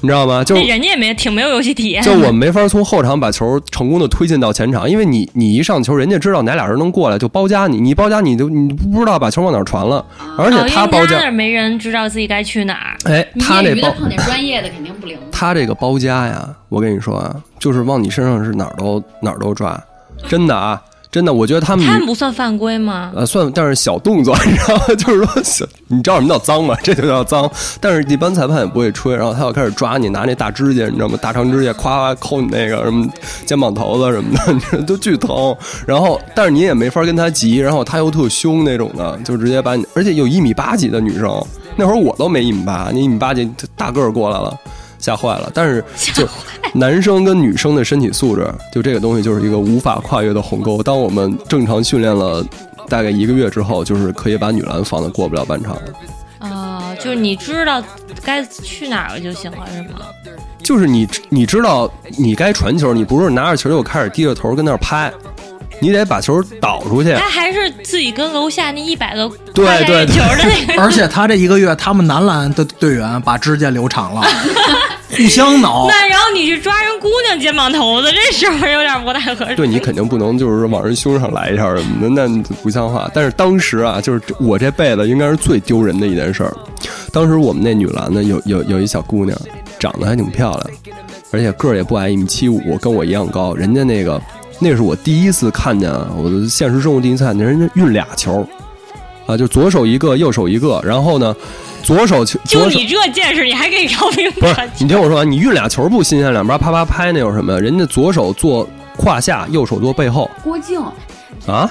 Speaker 4: 你知道吗？就
Speaker 2: 哦那人家也没挺没有游戏体验。
Speaker 4: 就我没法从后场把球成功的推进到前场，因为你你一上球，人家知道哪俩人能过来就包夹你，你一包夹你就你不知道把球往哪儿传了，而且
Speaker 2: 哦因为
Speaker 4: 他包
Speaker 2: 那
Speaker 4: 夹，
Speaker 2: 儿没人知道自己该去哪儿。
Speaker 4: 哎，他这包
Speaker 6: 见专业的肯定不灵。
Speaker 4: 他这个包夹呀，我跟你说啊，就是往你身上是哪儿都哪儿都抓，真的啊，真的，我觉得他们
Speaker 2: 他们不算犯规吗？
Speaker 4: 呃，算，但是小动作，你知道吗？ 就是说小，你知道什么叫脏吗？ 这就叫脏。但是一般裁判也不会吹，然后他要开始抓你，拿那大指甲，你知道吗？大长指甲夸夸抠你那个什么肩膀头子什么的，你 知道都巨疼。然后，但是你也没法跟他急，然后他又特凶那种的，就直接把你，而且有一米八几的女生，那会儿我都没一米八，你一米八几大个儿过来了。吓坏了。但是就男生跟女生的身体素质，就这个东西就是一个无法跨越的鸿沟。当我们正常训练了大概一个月之后，就是可以把女篮防的过不了半场了。
Speaker 2: 啊、就是你知道该去哪儿了就行了，是吗？
Speaker 4: 就是你你知道你该传球，你不是拿着球就开始低着头跟那儿拍，你得把球导出去。
Speaker 2: 他还是自己跟楼下那一百个
Speaker 4: 对
Speaker 2: 跨
Speaker 4: 对
Speaker 2: 越球的那 个人
Speaker 5: 而且他这一个月，他们男篮的队员把指甲留长了，互相 挠。
Speaker 2: 那然后你去抓人姑娘肩膀头子，这时候有点不太合适。
Speaker 4: 对你肯定不能就是往人胸上来一下什么的，那你不像话。但是当时啊，就是我这辈子应该是最丢人的一件事儿。当时我们那女篮呢，有有有一小姑娘，长得还挺漂亮，而且个儿也不矮，一米七五，跟我一样高。人家那个，那是我第一次看见，啊，我现实生活第一次看见人家运俩球，啊，就左手一个，右手一个，然后呢，左手球
Speaker 2: 就
Speaker 4: 左手
Speaker 2: 你这见识，你还给姚明
Speaker 4: 不是
Speaker 2: 传，球
Speaker 4: 你听我说啊，你运俩球不新鲜，两边啪啪拍那有什么呀？人家左手做胯下，右手做背后
Speaker 6: 郭靖，
Speaker 4: 啊，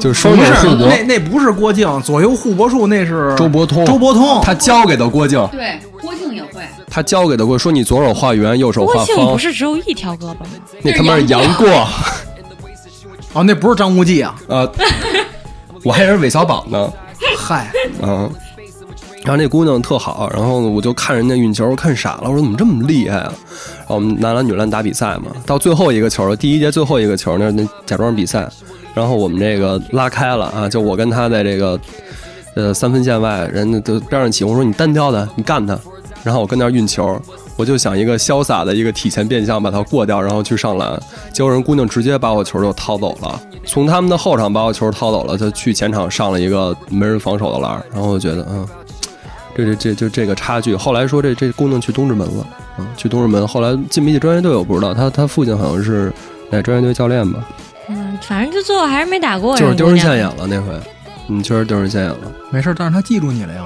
Speaker 4: 就是双
Speaker 5: 不
Speaker 4: 手
Speaker 5: 是
Speaker 4: 互搏。
Speaker 5: 那那不是郭靖，左右互搏术那是
Speaker 4: 周伯通，
Speaker 5: 周伯通，
Speaker 4: 他教给的郭靖，
Speaker 6: 对，郭靖也会。
Speaker 4: 他教给的郭说你左手画圆，右手
Speaker 2: 郭
Speaker 4: 画
Speaker 2: 靖
Speaker 4: 方
Speaker 2: 不，是只有一条胳膊吗？
Speaker 4: 那他妈是杨过啊
Speaker 5: 哦，那不是张无忌啊，！
Speaker 4: 呃我还以为是韦小宝呢，
Speaker 5: 嗨，
Speaker 4: 嗯。然后那姑娘特好，然后我就看人家运球看傻了，我说怎么这么厉害啊？然后我们男篮女篮打比赛嘛，到最后一个球，第一节最后一个球那那假装比赛，然后我们这个拉开了啊，就我跟他在这个呃三分线外，人家都边上起哄说你单挑他，你干他，然后我跟那儿运球，我就想一个潇洒的一个体前变向把他过掉，然后去上篮，结果人姑娘直接把我球就掏走了，从他们的后场把我球掏走了，他去前场上了一个没人防守的篮儿，然后我觉得嗯。这这这就这个差距。后来说这这姑娘去东直门了，啊，去东直门。后来进没进专业队我不知道，她她父亲好像是哪专业队教练吧，
Speaker 2: 嗯，反正就最后还是没打过人。
Speaker 4: 就是丢人
Speaker 2: 姑娘
Speaker 4: 现眼了那回。嗯，确实丢人现眼了。
Speaker 5: 没事，但是他记住 你了呀，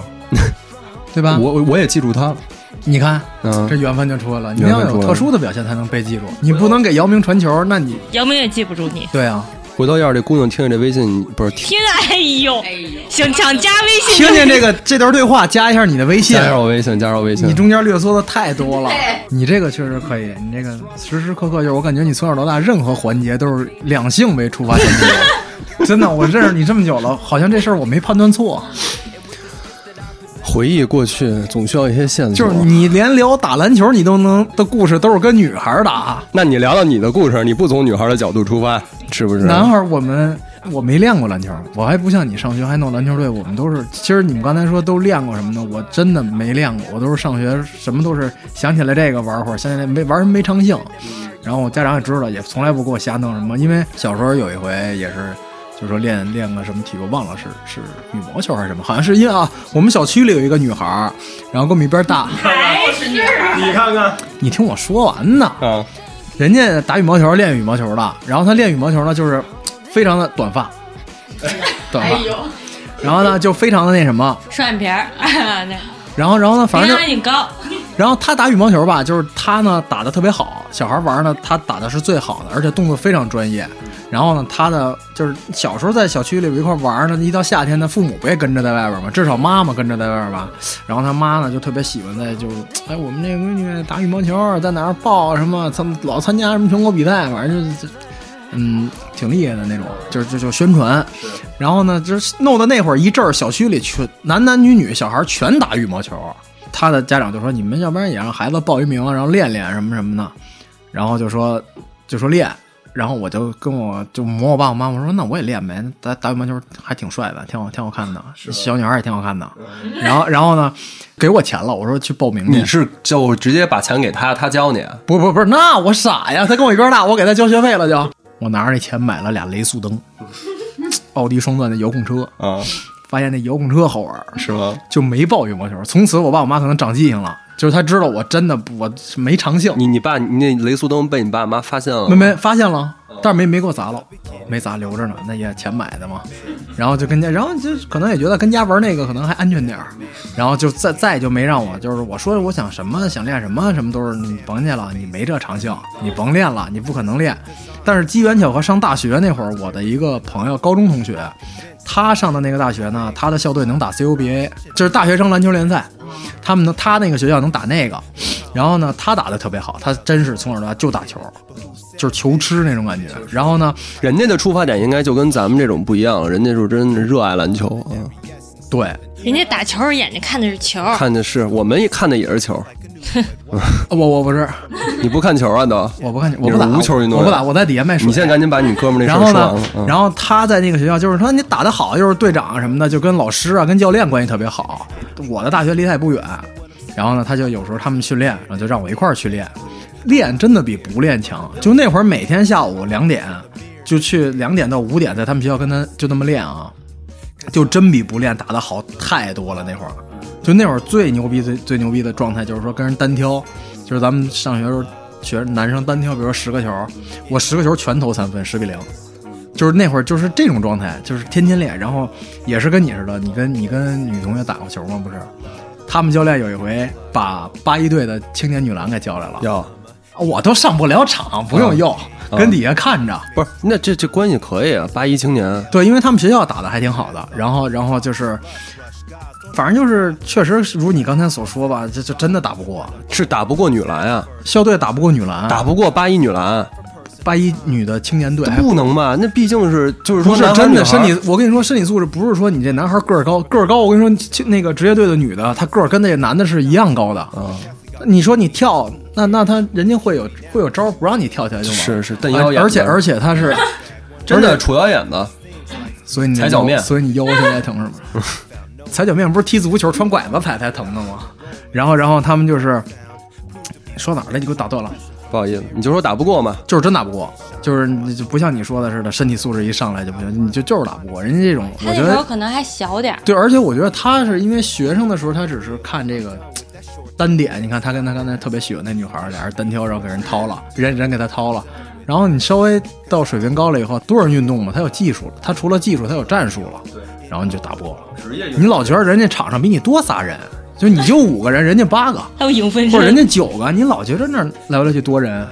Speaker 5: 对
Speaker 2: 啊
Speaker 5: 吧？
Speaker 4: 我我也记住她了。
Speaker 5: 你看
Speaker 4: 嗯
Speaker 5: 这，缘分就出来了，你
Speaker 4: 缘
Speaker 5: 要
Speaker 4: 分出
Speaker 5: 有
Speaker 4: 来
Speaker 5: 特
Speaker 4: 了
Speaker 5: 殊的表现才能被记住，你不能给姚明传球，那你
Speaker 2: 姚明也记不住你。
Speaker 5: 对啊，
Speaker 4: 回头要是这姑娘听见这微信，不是听
Speaker 2: 听，哎呦，想想加微信，
Speaker 5: 听见这个这段对话，加一下你的微信
Speaker 4: 加。上我微信，加上我微信
Speaker 5: 你。中间略缩的太多了，你这个确实可以，你这个时时刻刻就是我感觉你从小到大任何环节都是两性为出发点 的，真的，我认识你这么久了，好像这事儿我没判断错，
Speaker 4: 回忆过去总需要一些线
Speaker 5: 就
Speaker 4: 索。
Speaker 5: 是你连聊打篮球你都能的故事都是跟女孩儿打，
Speaker 4: 那你聊聊你的故事，你不从女孩的角度出发，是不是？
Speaker 5: 男孩儿我们我没练过篮球，我还不像你上学还弄篮球队，我们都是其实你们刚才说都练过什么的，我真的没练过，我都是上学什么都是想起来这个玩会儿，想起来没玩什么没长性，然后我家长也知道，也从来不给我瞎弄什么，因为小时候有一回也是。就说练练个什么体育，我忘了是是羽毛球还是什么，好像是因为啊，我们小区里有一个女孩儿，然后跟我们一边大，
Speaker 1: 你看看，
Speaker 5: 你听我说完呢，
Speaker 4: 啊，
Speaker 5: 人家打羽毛球练羽毛球的，然后他练羽毛球呢，就是非常的短发，短发，然后呢就非常的那什么，
Speaker 2: 双眼皮 儿，啊那
Speaker 5: 然后然后呢，反
Speaker 2: 平
Speaker 5: 正
Speaker 2: 安
Speaker 5: 就，
Speaker 2: 挺高，
Speaker 5: 然后他打羽毛球吧，就是他呢打的特别好，小孩玩呢他打的是最好的，而且动作非常专业。然后呢，他的就是小时候在小区里边一块玩呢，一到夏天呢，父母不也跟着在外边吗？至少妈妈跟着在外边吧。然后他妈呢就特别喜欢在就是，哎，我们这个闺女打羽毛球，在哪儿报什么，参老参加什么全国比赛，反正就就嗯挺厉害的那种，就是就就宣传。然后呢，就是弄的那会儿一阵儿，小区里全男男女女小孩全打羽毛球。他的家长就说：“你们要不然也让孩子报一名，然后练练什么什么的。”然后就说就说练，然后我就跟我就磨我爸我妈，我说那我也练呗，打打羽毛球还挺帅的，挺好挺好看的，小女孩也挺好看的。然后然后呢，给我钱了，我说去报名去
Speaker 4: 你。是就直接把钱给她，她教你。啊
Speaker 5: 不是不是不是，那我傻呀，他跟我一边大，我给他交学费了就。我拿着那钱买了俩雷速登，奥迪双钻的遥控车，
Speaker 4: 啊，
Speaker 5: 发现那遥控车好玩儿，
Speaker 4: 是吗？
Speaker 5: 就没报羽毛球。从此我爸我妈可能长记性了，就是他知道我真的不我没长性，
Speaker 4: 你你爸你那雷速登被你爸妈发现了吗？
Speaker 5: 没没发现了，但是没没给我砸了，没咋留着呢，那也钱买的嘛。然后就跟家，然后就可能也觉得跟家玩那个可能还安全点儿，然后就再再就没让我就是我说我想什么想练什么什么都是你甭去了，你没这长性，你甭练了，你不可能练。但是机缘巧合上大学那会儿，我的一个朋友高中同学，他上的那个大学呢，他的校队能打 CUBA，就是大学生篮球联赛。他们能，他那个学校能打那个，然后呢，他打的特别好，他真是从小到大就打球，就是球痴那种感觉。然后呢，
Speaker 4: 人家的出发点应该就跟咱们这种不一样了，人家是真是热爱篮球
Speaker 5: 哎
Speaker 4: 啊，
Speaker 5: 对，
Speaker 2: 人家打球儿眼睛看的是球儿，
Speaker 4: 看的是我们也看的也是球，
Speaker 5: 哦我我不是，
Speaker 4: 你不看球啊都？
Speaker 5: 我不看，
Speaker 4: 你
Speaker 5: 我
Speaker 4: 是
Speaker 5: 不打
Speaker 4: 无球运动员
Speaker 5: 我不打，我在底下卖水。
Speaker 4: 你现在赶紧把你哥们儿那
Speaker 5: 然
Speaker 4: 事儿
Speaker 5: 后
Speaker 4: 说完了
Speaker 5: 呢，，
Speaker 4: 嗯
Speaker 5: 然后他在那个学校，就是说你打得好，又是队长什么的，就跟老师啊、跟教练关系特别好。我的大学离他也不远，然后呢，他就有时候他们训练，然后就让我一块儿去练，练真的比不练强。就那会儿每天下午两点就去，两点到五点在他们学校跟他就那么练啊，就真比不练打得好太多了。那会儿，就那会儿最牛逼、最最牛逼的状态就是说跟人单挑，就是咱们上学的时候。学男生单挑，比如说十个球，我十个球全投三分，十比零。就是那会儿就是这种状态，就是天天练，然后也是跟你似的，你跟你跟女同学打过球吗？不是，他们教练有一回把八一队的青年女篮给叫来了，
Speaker 4: 哟，
Speaker 5: 我都上不了场，不用要，跟底下看着。
Speaker 4: 不是，那这这关系可以啊，八一青年，
Speaker 5: 对，因为他们学校打的还挺好的，然后然后就是，反正就是确实是如你刚才所说吧，这就真的打不过，
Speaker 4: 是打不过女篮啊，
Speaker 5: 校队打不过女篮，
Speaker 4: 打不过八一女篮，
Speaker 5: 八一女的青年队还
Speaker 4: 不能吧？那毕竟是就是说
Speaker 5: 不是
Speaker 4: 男孩
Speaker 5: 真
Speaker 4: 女
Speaker 5: 的
Speaker 4: 孩
Speaker 5: 身体，我跟你说，身体素质不是说你这男孩个儿高，个儿高，我跟你说，那个职业队的女的，她个儿跟那个男的是一样高的。
Speaker 4: 啊，
Speaker 5: 你说你跳，那那她人家会有会有招儿不让你跳起来就往
Speaker 4: 是是蹬腰眼
Speaker 5: 而且
Speaker 4: 子
Speaker 5: 而且她是，
Speaker 4: 真
Speaker 5: 而
Speaker 4: 的
Speaker 5: 且
Speaker 4: 杵腰眼子，
Speaker 5: 所以你
Speaker 4: 踩脚面
Speaker 5: 所以 你腰现在疼是吗？踩脚面不是踢足球穿拐子踩才疼的吗？然后然后他们就是说哪儿了？你给我打断了。
Speaker 4: 不好意思，你就说打不过嘛，
Speaker 5: 就是真打不过，就是你就不像你说的似的，身体素质一上来就不行，你就就是打不过人家这种。
Speaker 2: 他
Speaker 5: 我
Speaker 2: 那
Speaker 5: 觉
Speaker 2: 时
Speaker 5: 得
Speaker 2: 候可能还小点儿，
Speaker 5: 对，而且我觉得他是因为学生的时候，他只是看这个单点。你看他跟他刚才特别喜欢那女孩儿，俩人单挑，然后给人掏了，人人给他掏了。然后你稍微到水平高了以后，多少人运动嘛，他有技术了，他除了技术，他有战术了，然后你就打不过了。你老觉得人家场上比你多仨人，就你就五个人，人家八个，
Speaker 2: 还有影分
Speaker 5: 或者人
Speaker 2: 身。
Speaker 5: 家九个，你老觉得那儿来来去多人，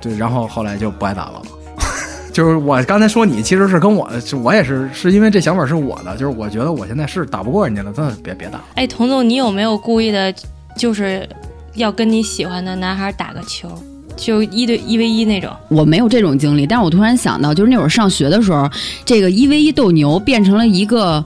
Speaker 5: 对，然后后来就不爱打了。 就是我刚才说你，其实是跟我，是我也是是因为这想法是我的，就是我觉得我现在是打不过人家了，真的别别打了。
Speaker 2: 哎，童总，你有没有故意的，就是要跟你喜欢的男孩打个球，就一对一 v 一那种？
Speaker 6: 我没有这种经历，但是我突然想到，就是那会儿上学的时候，这个一 v 一斗牛变成了一个，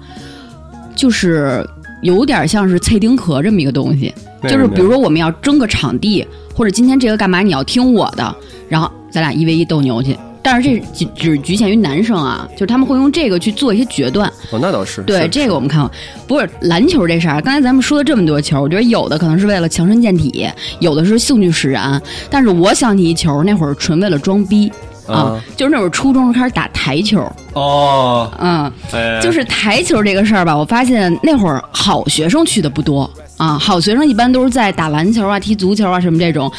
Speaker 6: 就是有点像是脆丁壳这么一个东西，
Speaker 4: 为
Speaker 6: 就是
Speaker 4: 什么呀
Speaker 6: 比如说我们要争个场地，或者今天这个干嘛，你要听我的，然后咱俩一 v 一斗牛去。但是这只只局限于男生啊，就是他们会用这个去做一些决断。
Speaker 4: 哦，那倒是，
Speaker 6: 对
Speaker 4: 是
Speaker 6: 这个我们看过，不是篮球这事儿。啊刚才咱们说了这么多球，我觉得有的可能是为了强身健体，有的是兴趣使然。但是我想起一球，那会儿纯为了装逼啊，
Speaker 4: 啊
Speaker 6: 就是那会儿初中开始打台球，
Speaker 4: 哦，
Speaker 6: 嗯，
Speaker 4: 哎
Speaker 6: 就是台球这个事儿吧，我发现那会儿好学生去的不多啊，好学生一般都是在打篮球啊、踢足球啊什么这种，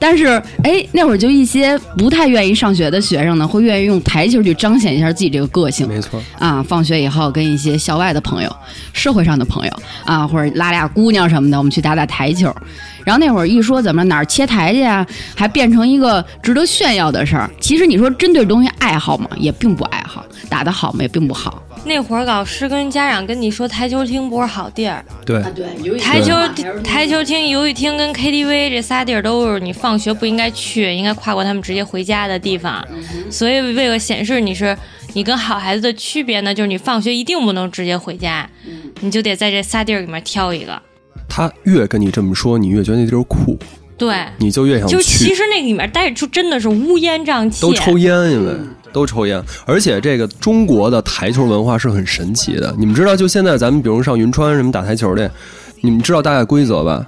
Speaker 6: 但是哎，那会儿就一些不太愿意上学的学生呢，会愿意用台球去彰显一下自己这个个性。
Speaker 4: 没错，
Speaker 6: 啊，放学以后跟一些校外的朋友、社会上的朋友啊，或者拉俩姑娘什么的，我们去打打台球。然后那会儿一说怎么哪儿切台去啊，还变成一个值得炫耀的事儿。其实你说针对东西爱好嘛，也并不爱好；打得好嘛，也并不好。
Speaker 2: 那会儿老师跟家长跟你说，台球厅不是好地儿，
Speaker 4: 对，
Speaker 6: 对
Speaker 2: 台球台球厅、游戏厅跟 KTV 这仨地儿都是你放学不应该去，应该跨过他们直接回家的地方。所以为了显示你是你跟好孩子的区别呢，就是你放学一定不能直接回家，你就得在这仨地儿里面挑一个。
Speaker 4: 他越跟你这么说，你越觉得那地儿酷，
Speaker 2: 对，
Speaker 4: 嗯你就越想
Speaker 2: 就
Speaker 4: 去
Speaker 2: 其。实那里面待着就真的是乌烟瘴气，
Speaker 4: 都抽
Speaker 6: 嗯
Speaker 4: 烟，因为都抽烟，而且这个中国的台球文化是很神奇的。你们知道，就现在咱们比如上云川什么打台球的，你们知道大概规则吧？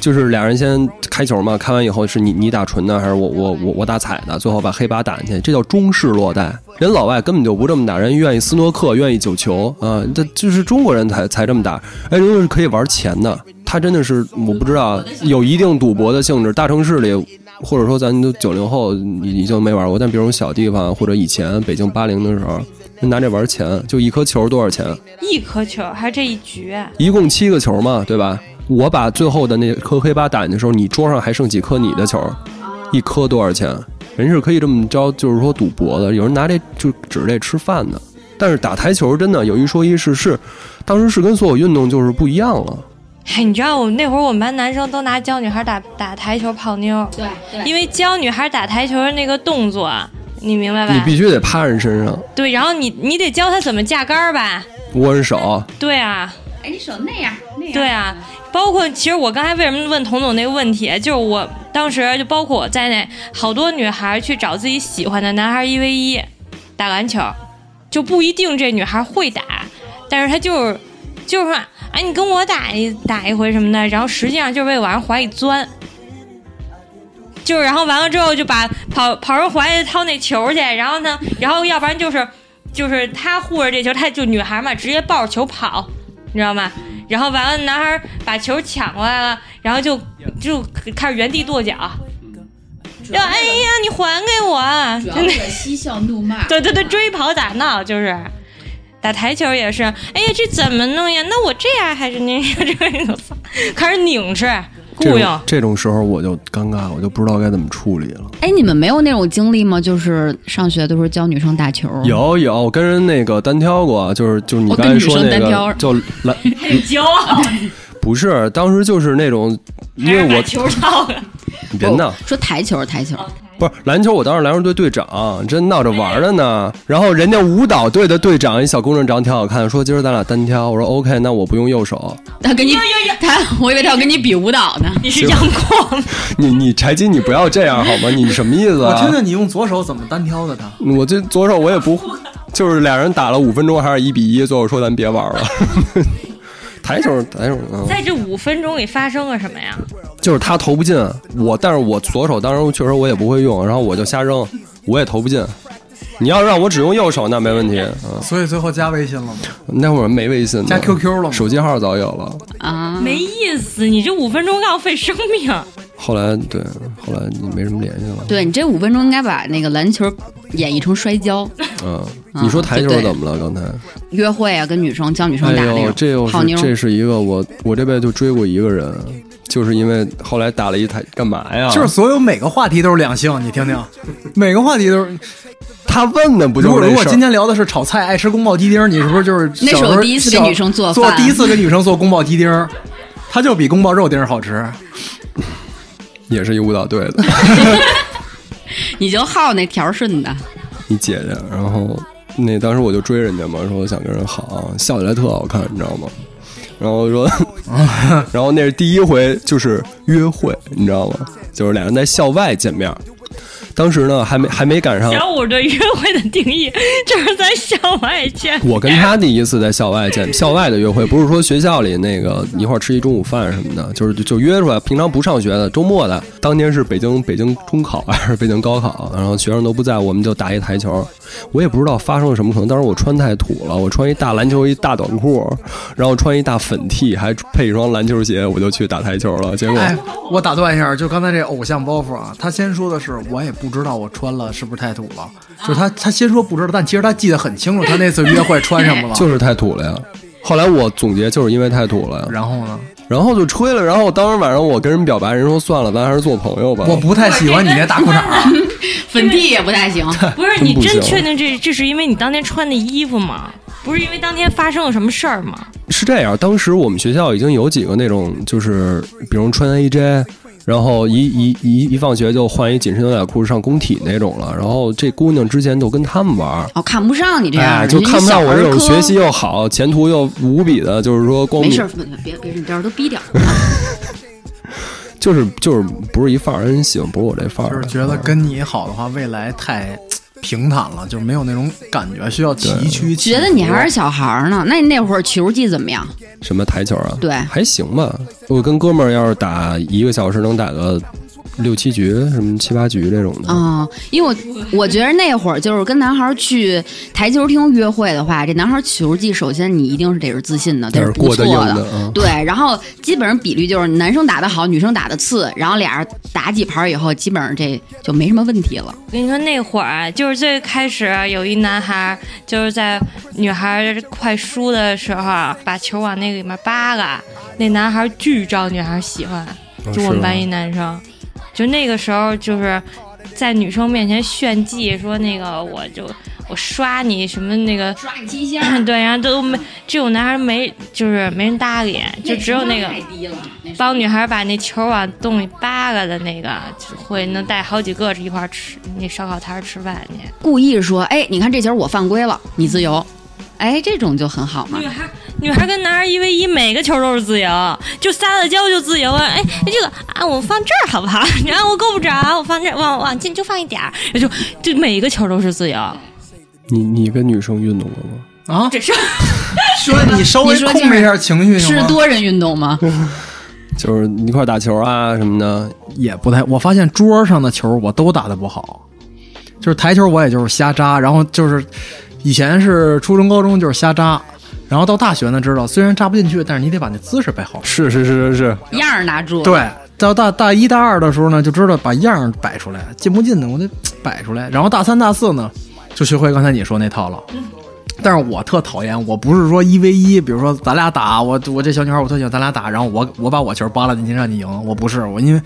Speaker 4: 就是俩人先开球嘛，开完以后是你你打纯的还是我我我我打彩的，最后把黑八打进去，这叫中式落袋。人老外根本就不这么打，人愿意斯诺克，愿意九球啊，这就是中国人才才这么打。哎，人家是可以玩钱的，它真的是我不知道有一定赌博的性质。大城市里，或者说咱都九零后已已经没玩过，但比如小地方或者以前北京八零的时候，拿这玩钱，就一颗球多少钱？
Speaker 2: 一颗球还是这一局啊？
Speaker 4: 一共七个球嘛，对吧？我把最后的那颗黑八打进的时候，你桌上还剩几颗你的球？一颗多少钱？人是可以这么着，就是说赌博的，有人拿这就指着这吃饭的。但是打台球真的有一说一是是，当时是跟所有运动就是不一样了。
Speaker 2: 哎，你知道我们那会儿我们班男生都拿教女孩打打台球泡妞，对，因为教女孩打台球的那个动作，你明白
Speaker 4: 你
Speaker 2: 吧？
Speaker 4: 必须得趴人身上，
Speaker 2: 对，然后你你得教她怎么架杆儿吧？
Speaker 4: 握人手，
Speaker 2: 对啊，
Speaker 6: 哎，你手那样，那样
Speaker 2: 对啊，包括其实我刚才为什么问彤总那个问题，就是我当时就包括我在内，好多女孩去找自己喜欢的男孩一 v 一打篮球，就不一定这女孩会打，但是她就是就是说，哎，你跟我打一打一回什么的，然后实际上就是为往人怀里钻。就是，然后完了之后就把跑跑人怀里掏那球去，然后呢，然后要不然就是，就是他护着这球，他就女孩嘛，直接抱着球跑，你知道吗？然后完了，男孩把球抢过来了，然后就就开始原地跺脚，要哎呀，你还给我！真的，
Speaker 6: 嬉笑怒骂。
Speaker 2: 对对对，追跑打闹就是。打台球也是，哎呀，这怎么弄呀？那我这样还是那样，这样开始拧是
Speaker 4: 这
Speaker 2: 雇佣
Speaker 4: 种，这种时候我就尴尬，我就不知道该怎么处理了。
Speaker 6: 哎，你们没有那种经历吗？就是上学的时候教女生打球，
Speaker 4: 有有，我跟人那个单挑过，就是就是你
Speaker 6: 哦
Speaker 4: 刚才
Speaker 6: 跟女
Speaker 4: 说
Speaker 6: 生
Speaker 4: 那
Speaker 6: 单
Speaker 4: 个
Speaker 6: 挑，
Speaker 4: 就来
Speaker 2: 骄傲，
Speaker 4: 不是，当时就是那种，因为 我
Speaker 2: 球套了，
Speaker 4: 你别闹，
Speaker 6: 哦说台球，台球，
Speaker 4: 不是篮球，我当时篮球队队长，真闹着玩儿的呢。然后人家舞蹈队的队长，一小姑娘长得挺好看，说今儿咱俩单挑，我说 OK，那我不用右手。
Speaker 6: 他跟你，他我以为他要跟你比舞蹈呢。
Speaker 2: 你是杨过吗？
Speaker 4: 你你柴鸡，你不要这样好吗？你什么意思
Speaker 5: 我听
Speaker 4: 啊？
Speaker 5: 听你用左手怎么单挑的他。
Speaker 4: 我这左手我也不，就是俩人打了五分钟，还是一比一，最后说咱别玩儿了。 台球，台球，嗯，
Speaker 2: 在这五分钟里发生了什么呀？
Speaker 4: 就是他投不进，我但是我左手当时确实我也不会用，然后我就瞎扔，我也投不进。你要让我只用右手，那没问题。嗯，
Speaker 5: 所以最后加微信了吗？
Speaker 4: 那会儿没微信呢，
Speaker 5: 加 QQ 了吗
Speaker 4: 手机号早有了。
Speaker 6: 啊，
Speaker 2: 没意思，你这五分钟浪费生命。
Speaker 4: 呃后来对，后来你没什么联系了。
Speaker 6: 对你这五分钟应该把那个篮球演绎成摔跤、
Speaker 4: 嗯，
Speaker 6: 啊
Speaker 4: 你说台球
Speaker 6: 对
Speaker 4: 怎么了？刚才，
Speaker 6: 约会啊，跟女生教女生打
Speaker 4: 哎
Speaker 6: 那
Speaker 4: 呦，这又
Speaker 6: 种泡
Speaker 4: 是
Speaker 6: 妞。
Speaker 4: 这是一个我我这辈子就追过一个人，就是因为后来打了一台干嘛呀？
Speaker 5: 就是所有每个话题都是两性，你 听听，每个话题都是。
Speaker 4: 他问的不
Speaker 5: 如
Speaker 4: 就
Speaker 5: 果
Speaker 4: 是
Speaker 5: 如
Speaker 4: 这
Speaker 5: 果
Speaker 4: 事
Speaker 5: 今
Speaker 4: 儿？
Speaker 5: 天聊的是炒菜，爱吃宫保鸡丁，你是不是就是
Speaker 6: 那
Speaker 5: 小时
Speaker 6: 是我
Speaker 5: 候
Speaker 6: 第一次给
Speaker 5: 小
Speaker 6: 女生做
Speaker 5: 做
Speaker 6: 饭
Speaker 5: 第一次给女生做宫保鸡丁，它就比宫保肉丁好吃。
Speaker 4: 也是一舞蹈队的，
Speaker 6: 你就好那条顺的，
Speaker 4: 你姐姐。然后那当时我就追人家嘛，说我想跟人好，笑起来特好看，你知道吗？然后说，然后那是第一回就是约会，你知道吗？就是俩人在校外见面儿，当时呢还没还没赶上
Speaker 2: 小五对约会的定义 就是在校外见。
Speaker 4: 我跟他第一次在校外见，校外的约会不是说学校里那个一块儿吃一中午饭什么的，就是就就约出来，平常不上学的，周末的，当天是北京北京中考还是北京高考，然后学生都不在，我们就打一台球，我也不知道发生了什么，可能当时我穿太土了，我穿一大篮球一大短裤，然后穿一大粉 T，还配一双篮球鞋，我就去打台球了，结果。
Speaker 5: 哎，我打断一下，就刚才这偶像包袱啊，他先说的是我也不知道我穿了是不是太土了，就是他他先说不知道，但其实他记得很清楚，他那次约会穿什么了。
Speaker 4: 就是太土了呀。后来我总结就是因为太土了呀，
Speaker 5: 然后呢，
Speaker 4: 然后就吹了，然后当时晚上我跟人表白，人说算了，咱还是做朋友吧。
Speaker 5: 我不太喜欢你那大裤衩儿，
Speaker 6: 粉地也不太行。
Speaker 2: 不是
Speaker 4: 真
Speaker 2: 你
Speaker 4: 不
Speaker 2: 真
Speaker 4: 行
Speaker 2: 确定这这是因为你当天穿的衣服吗？不是因为当天发生了什么事儿吗？
Speaker 4: 是这样，当时我们学校已经有几个那种，就是比如穿 AJ，然后一一一一放学就换一紧身牛仔裤上工体那种了。然后这姑娘之前都跟他们玩儿，
Speaker 6: 哦，看不上你这样，
Speaker 4: 哎，就看不上我这
Speaker 6: 人家
Speaker 4: 种
Speaker 6: 小儿
Speaker 4: 学
Speaker 6: 科
Speaker 4: 习又好、前途又无比的，就是说光
Speaker 6: 没
Speaker 4: 明
Speaker 6: 事儿，别别，你这儿都逼点儿。
Speaker 4: 就是就是不是一范儿，人喜欢不是我这范儿
Speaker 5: 就是
Speaker 4: 的。
Speaker 5: 觉得跟你好的 话，未来太平坦了，就没有那种感觉，需要崎岖。
Speaker 6: 觉得你还是小孩儿呢，那你那会儿球技怎么样？
Speaker 4: 什么台球啊？
Speaker 6: 对
Speaker 4: 还行吧。我跟哥们儿要是打一个小时能打个六七局、什么七八局这种的。
Speaker 6: 啊、因为我我觉得那会儿就是跟男孩儿去台球厅约会的话，这男孩儿球技首先你一定是得是自信的，
Speaker 4: 得
Speaker 6: 得
Speaker 4: 是
Speaker 6: 是
Speaker 4: 过
Speaker 6: 不
Speaker 4: 得
Speaker 6: 错
Speaker 4: 硬的嗯
Speaker 6: 对。然后基本上比率就是男生打得好，女生打得次，然后俩人打几盘儿以后，基本上这就没什么问题了。
Speaker 2: 我跟你说，那会儿啊就是最开始有一男孩儿，就是在女孩儿快输的时候啊，把球往那个里面扒拉，那男孩儿巨招女孩儿喜欢，
Speaker 4: 哦
Speaker 2: 就我们班一男生，就那个时候就是在女生面前炫技，说那个我就我刷你什么那个，
Speaker 6: 抓你七
Speaker 2: 对，然后都没这种男孩儿没就是没人搭理，就只有那个
Speaker 6: 低了，
Speaker 2: 帮女孩把那球往洞里扒拉的那个，就会能带好几个一块儿吃那烧烤摊儿吃饭去。
Speaker 6: 故意说，哎，你看这球我犯规了，你自由。哎，这种就很好嘛
Speaker 2: 女。孩女孩跟男孩一 v 一，每个球都是自由，就撒了娇就自由啊！哎，哎这个啊，我放这儿好不好？你让我够不着，我放这儿往往进就放一点儿，就就每一个球都是自由。
Speaker 4: 你你跟女生运动过吗？
Speaker 5: 啊，
Speaker 2: 这是
Speaker 5: 说你稍微
Speaker 6: 你说
Speaker 5: 控
Speaker 6: 这
Speaker 5: 制一
Speaker 6: 样
Speaker 5: 下情绪行
Speaker 6: 是
Speaker 5: 吗
Speaker 6: 多人运动吗？
Speaker 4: 就是一块儿打球啊什么的，
Speaker 5: 也不太，我发现桌上的球我都打得不好，就是台球我也就是瞎扎，然后就是以前是初中高中就是瞎扎，然后到大学呢知道虽然扎不进去，但是你得把那姿势摆好。
Speaker 4: 是是是是是，
Speaker 6: 样儿拿住。
Speaker 5: 对，到大大一大二的时候呢，就知道把样儿摆出来，进不进的我得摆出来。然后大三大四呢，就学会刚才你说那套了。
Speaker 6: 嗯
Speaker 5: 但是我特讨厌，我不是说一 v 一，比如说咱俩打，我我这小女孩我特喜欢咱俩打，然后我我把我球扒拉进去让你赢，我不是我因为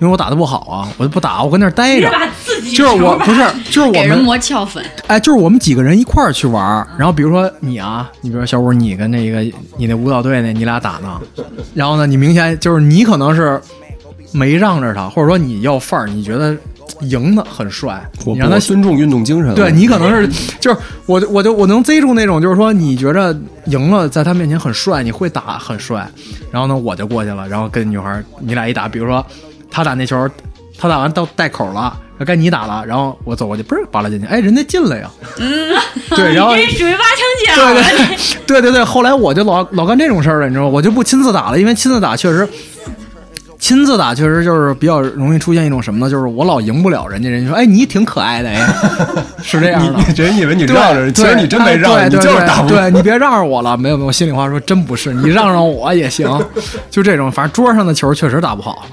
Speaker 5: 因为我打的不好啊，我就不打，我跟那儿待着，就是我不是就是我
Speaker 6: 给人
Speaker 5: 们
Speaker 6: 磨翘粉，
Speaker 5: 哎，就是我们几个人一块儿去玩儿，然后比如说你啊，你比如说小五，你跟那个你那舞蹈队那你俩打呢，然后呢，你明显就是你可能是没让着他，或者说你要范儿，你觉得赢的很帅，
Speaker 4: 我
Speaker 5: 你让他
Speaker 4: 我尊重运动精神。啊
Speaker 5: 对你可能是就是我就我就我能逮住那种就是说你觉着赢了在他面前很帅，你会打很帅，然后呢我就过去了，然后跟女孩儿你俩一打，比如说他打那球，他打完到带口了。该你打了，然后我走过去，嘣儿扒拉进去，哎，人家进了呀。嗯，对， 然后
Speaker 2: 这属于挖墙脚
Speaker 5: 对
Speaker 2: 了。
Speaker 5: 对 对对对，后来我就老老干这种事儿了，你知道吗？我就不亲自打了，因为亲自打确实，亲自打确实就是比较容易出现一种什么呢？就是我老赢不了人家，人家说哎你挺可爱的 哎，是这样的。
Speaker 4: 觉得以为你
Speaker 5: 对对哎对对对对你别让着我了，没有没有，心里话说真不是，你让让我也行，就这种，反正桌上的球确实打不好，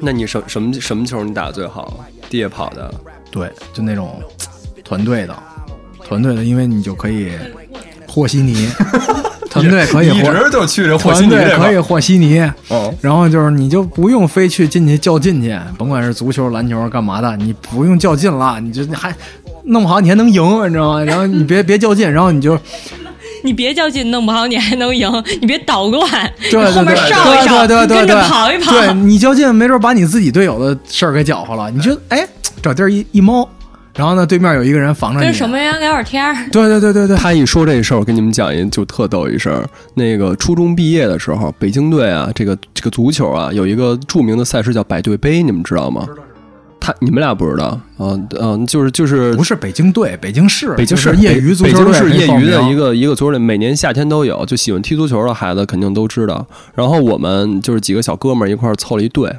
Speaker 4: 那你什什么什么球你打的最好？地下跑的，
Speaker 5: 对，就那种团队的，团队的，因为你就可以和稀 泥，团队可以
Speaker 4: 你一
Speaker 5: 和
Speaker 4: 直就去这和稀
Speaker 5: 团
Speaker 4: 泥
Speaker 5: 队
Speaker 4: 这块
Speaker 5: 可以
Speaker 4: 儿。
Speaker 5: 和稀泥，
Speaker 4: 嗯
Speaker 5: 然后就是你就不用非去进去较劲去，甭管是足球、篮球干嘛的，你不用较劲了，你就你还弄不好你还能赢，你知道吗？ 然后你别别较劲，然后你就
Speaker 2: 你别较劲，弄不好你还能赢。你别捣乱，
Speaker 5: 对对
Speaker 2: 后
Speaker 5: 对
Speaker 2: 面
Speaker 5: 对
Speaker 2: 烧一烧，
Speaker 5: 对对对
Speaker 2: 跟着
Speaker 5: 对，
Speaker 2: 跑一跑。
Speaker 5: 对你较劲，没准把你自己队友的事儿给搅和了，你就哎找地儿一一猫，然后呢对面有一个人防着你，
Speaker 2: 跟守门员聊会儿天儿。
Speaker 5: 对对对对对，
Speaker 4: 他一说这事儿，我跟你们讲一就特逗一事儿。那个初中毕业的时候，北京队啊，这个这个足球啊，有一个著名的赛事叫百队杯，你们知道吗？他你们俩不知道？嗯、嗯、就是就是
Speaker 5: 不是北京队，北京市，
Speaker 4: 北京市
Speaker 5: 就是业余足
Speaker 4: 北
Speaker 5: 球
Speaker 4: 京
Speaker 5: 队
Speaker 4: 市
Speaker 5: 可以
Speaker 4: 业
Speaker 5: 报
Speaker 4: 余的
Speaker 5: 名
Speaker 4: 一个一个足球队，每年夏天都有，就喜欢踢足球的孩子肯定都知道。然后我们就是几个小哥们儿一块儿凑了一队。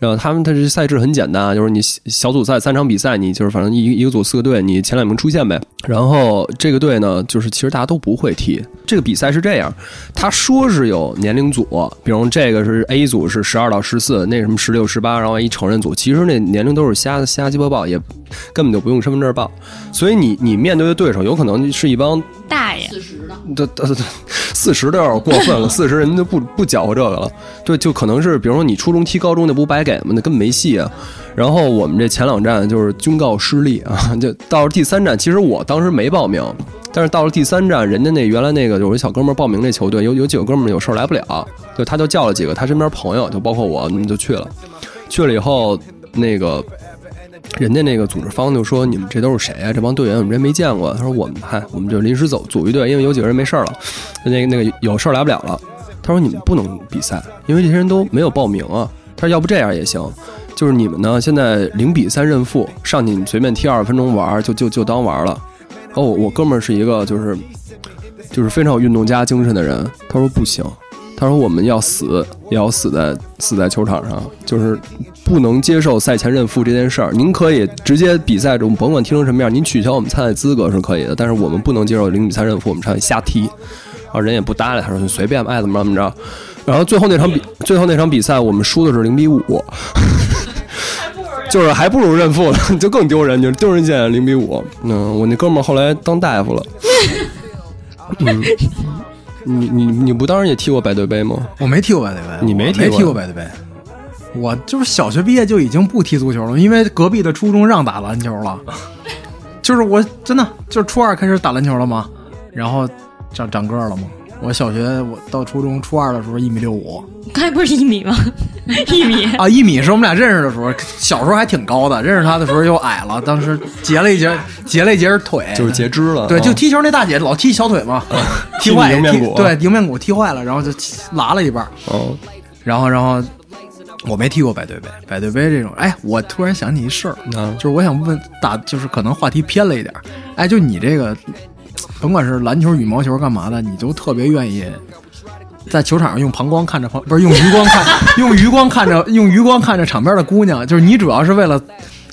Speaker 4: 然后他们他这赛制很简单啊，就是你小小组赛三场比赛，你就是反正一一个组四个队，你前两名出线呗。然后这个队呢，就是其实大家都不会踢。这个比赛是这样，他说是有年龄组，比如这个是 A 组是十二到十四，那什么十六十八，然后一成人组，其实那年龄都是瞎瞎鸡巴报，也根本就不用身份证报。所以你你面对的对手有可能是一帮
Speaker 2: 大爷，
Speaker 4: 这这这四十都有点过分了，四十人就不不搅和这个了。对，就可能是比如说你初中踢高中那不白给吗？那根本没戏啊。然后我们这前两站就是均告失利啊， 就到了第三站，其实我当时没报名。但是到了第三站，人家那原来那个有一小哥们儿报名那球队，有有几个哥们儿有事儿来不了，就他就叫了几个他身边朋友，就包括我，我们就去了。去了以后，那个人家那个组织方就说：“你们这都是谁啊？这帮队员我们真没见过。”他说：“我们嗨，我们就临时走组一队，因为有几个人没事儿了，就那个那个有事儿来不了了。”他说：“你们不能比赛，因为这些人都没有报名啊。”他说：“要不这样也行，就是你们呢现在零比三认负，上去你们随便踢二十分钟玩儿，就就就当玩儿了。”哦，我哥们儿是一个就是就是非常有运动家精神的人，他说：“不行，他说我们要死，也要死在死在球场上，就是不能接受赛前认负这件事儿。您可以直接比赛中甭管踢成什么样，您取消我们参赛资格是可以的，但是我们不能接受零比三认负，我们上去瞎踢。然后人也不搭理他，说你随便吧，爱怎么着怎么着。然后最后那场比最后那场比赛我们输的是零比五。 就是还不如认负了，就更丢人，就是丢人现眼零比五。嗯，我那哥们儿后来当大夫了。嗯，你你你不当时也踢过百对杯吗？
Speaker 5: 我没踢过百对杯，
Speaker 4: 你
Speaker 5: 没
Speaker 4: 没踢
Speaker 5: 没
Speaker 4: 过
Speaker 5: 踢过百对杯。我就是小学毕业就已经不踢足球了，因为隔壁的初中让打篮球 了。就是我真的就是初二开始打篮球了嘛，然后长长个儿了嘛。我小学我到初中初二的时候一米六五
Speaker 2: 刚才不是一米吗？一米，
Speaker 5: 啊，一米是我们俩认识的时候，小时候还挺高的，认识他的时候又矮了，当时截了 一截截了一截腿，
Speaker 4: 就是截肢了。
Speaker 5: 对，
Speaker 4: 啊
Speaker 5: 就踢球那大姐老踢小腿嘛，
Speaker 4: 踢
Speaker 5: 踢
Speaker 4: 你
Speaker 5: 坏
Speaker 4: 迎面
Speaker 5: 踢
Speaker 4: 骨
Speaker 5: 对，迎面骨踢坏了，然后就踢拉了一半儿，
Speaker 4: 哦，
Speaker 5: 然后然后我没踢过百对杯，百对杯这种，哎，我突然想起一事儿，
Speaker 4: 啊
Speaker 5: 就是我想问打，就是可能话题偏了一点儿，哎，就你这个，甭管是篮球、羽毛球干嘛的，你都特别愿意。在球场上用膀胱看着旁，不是用余光看， 用余光看着，用余光看着场边的姑娘，就是你主要是为了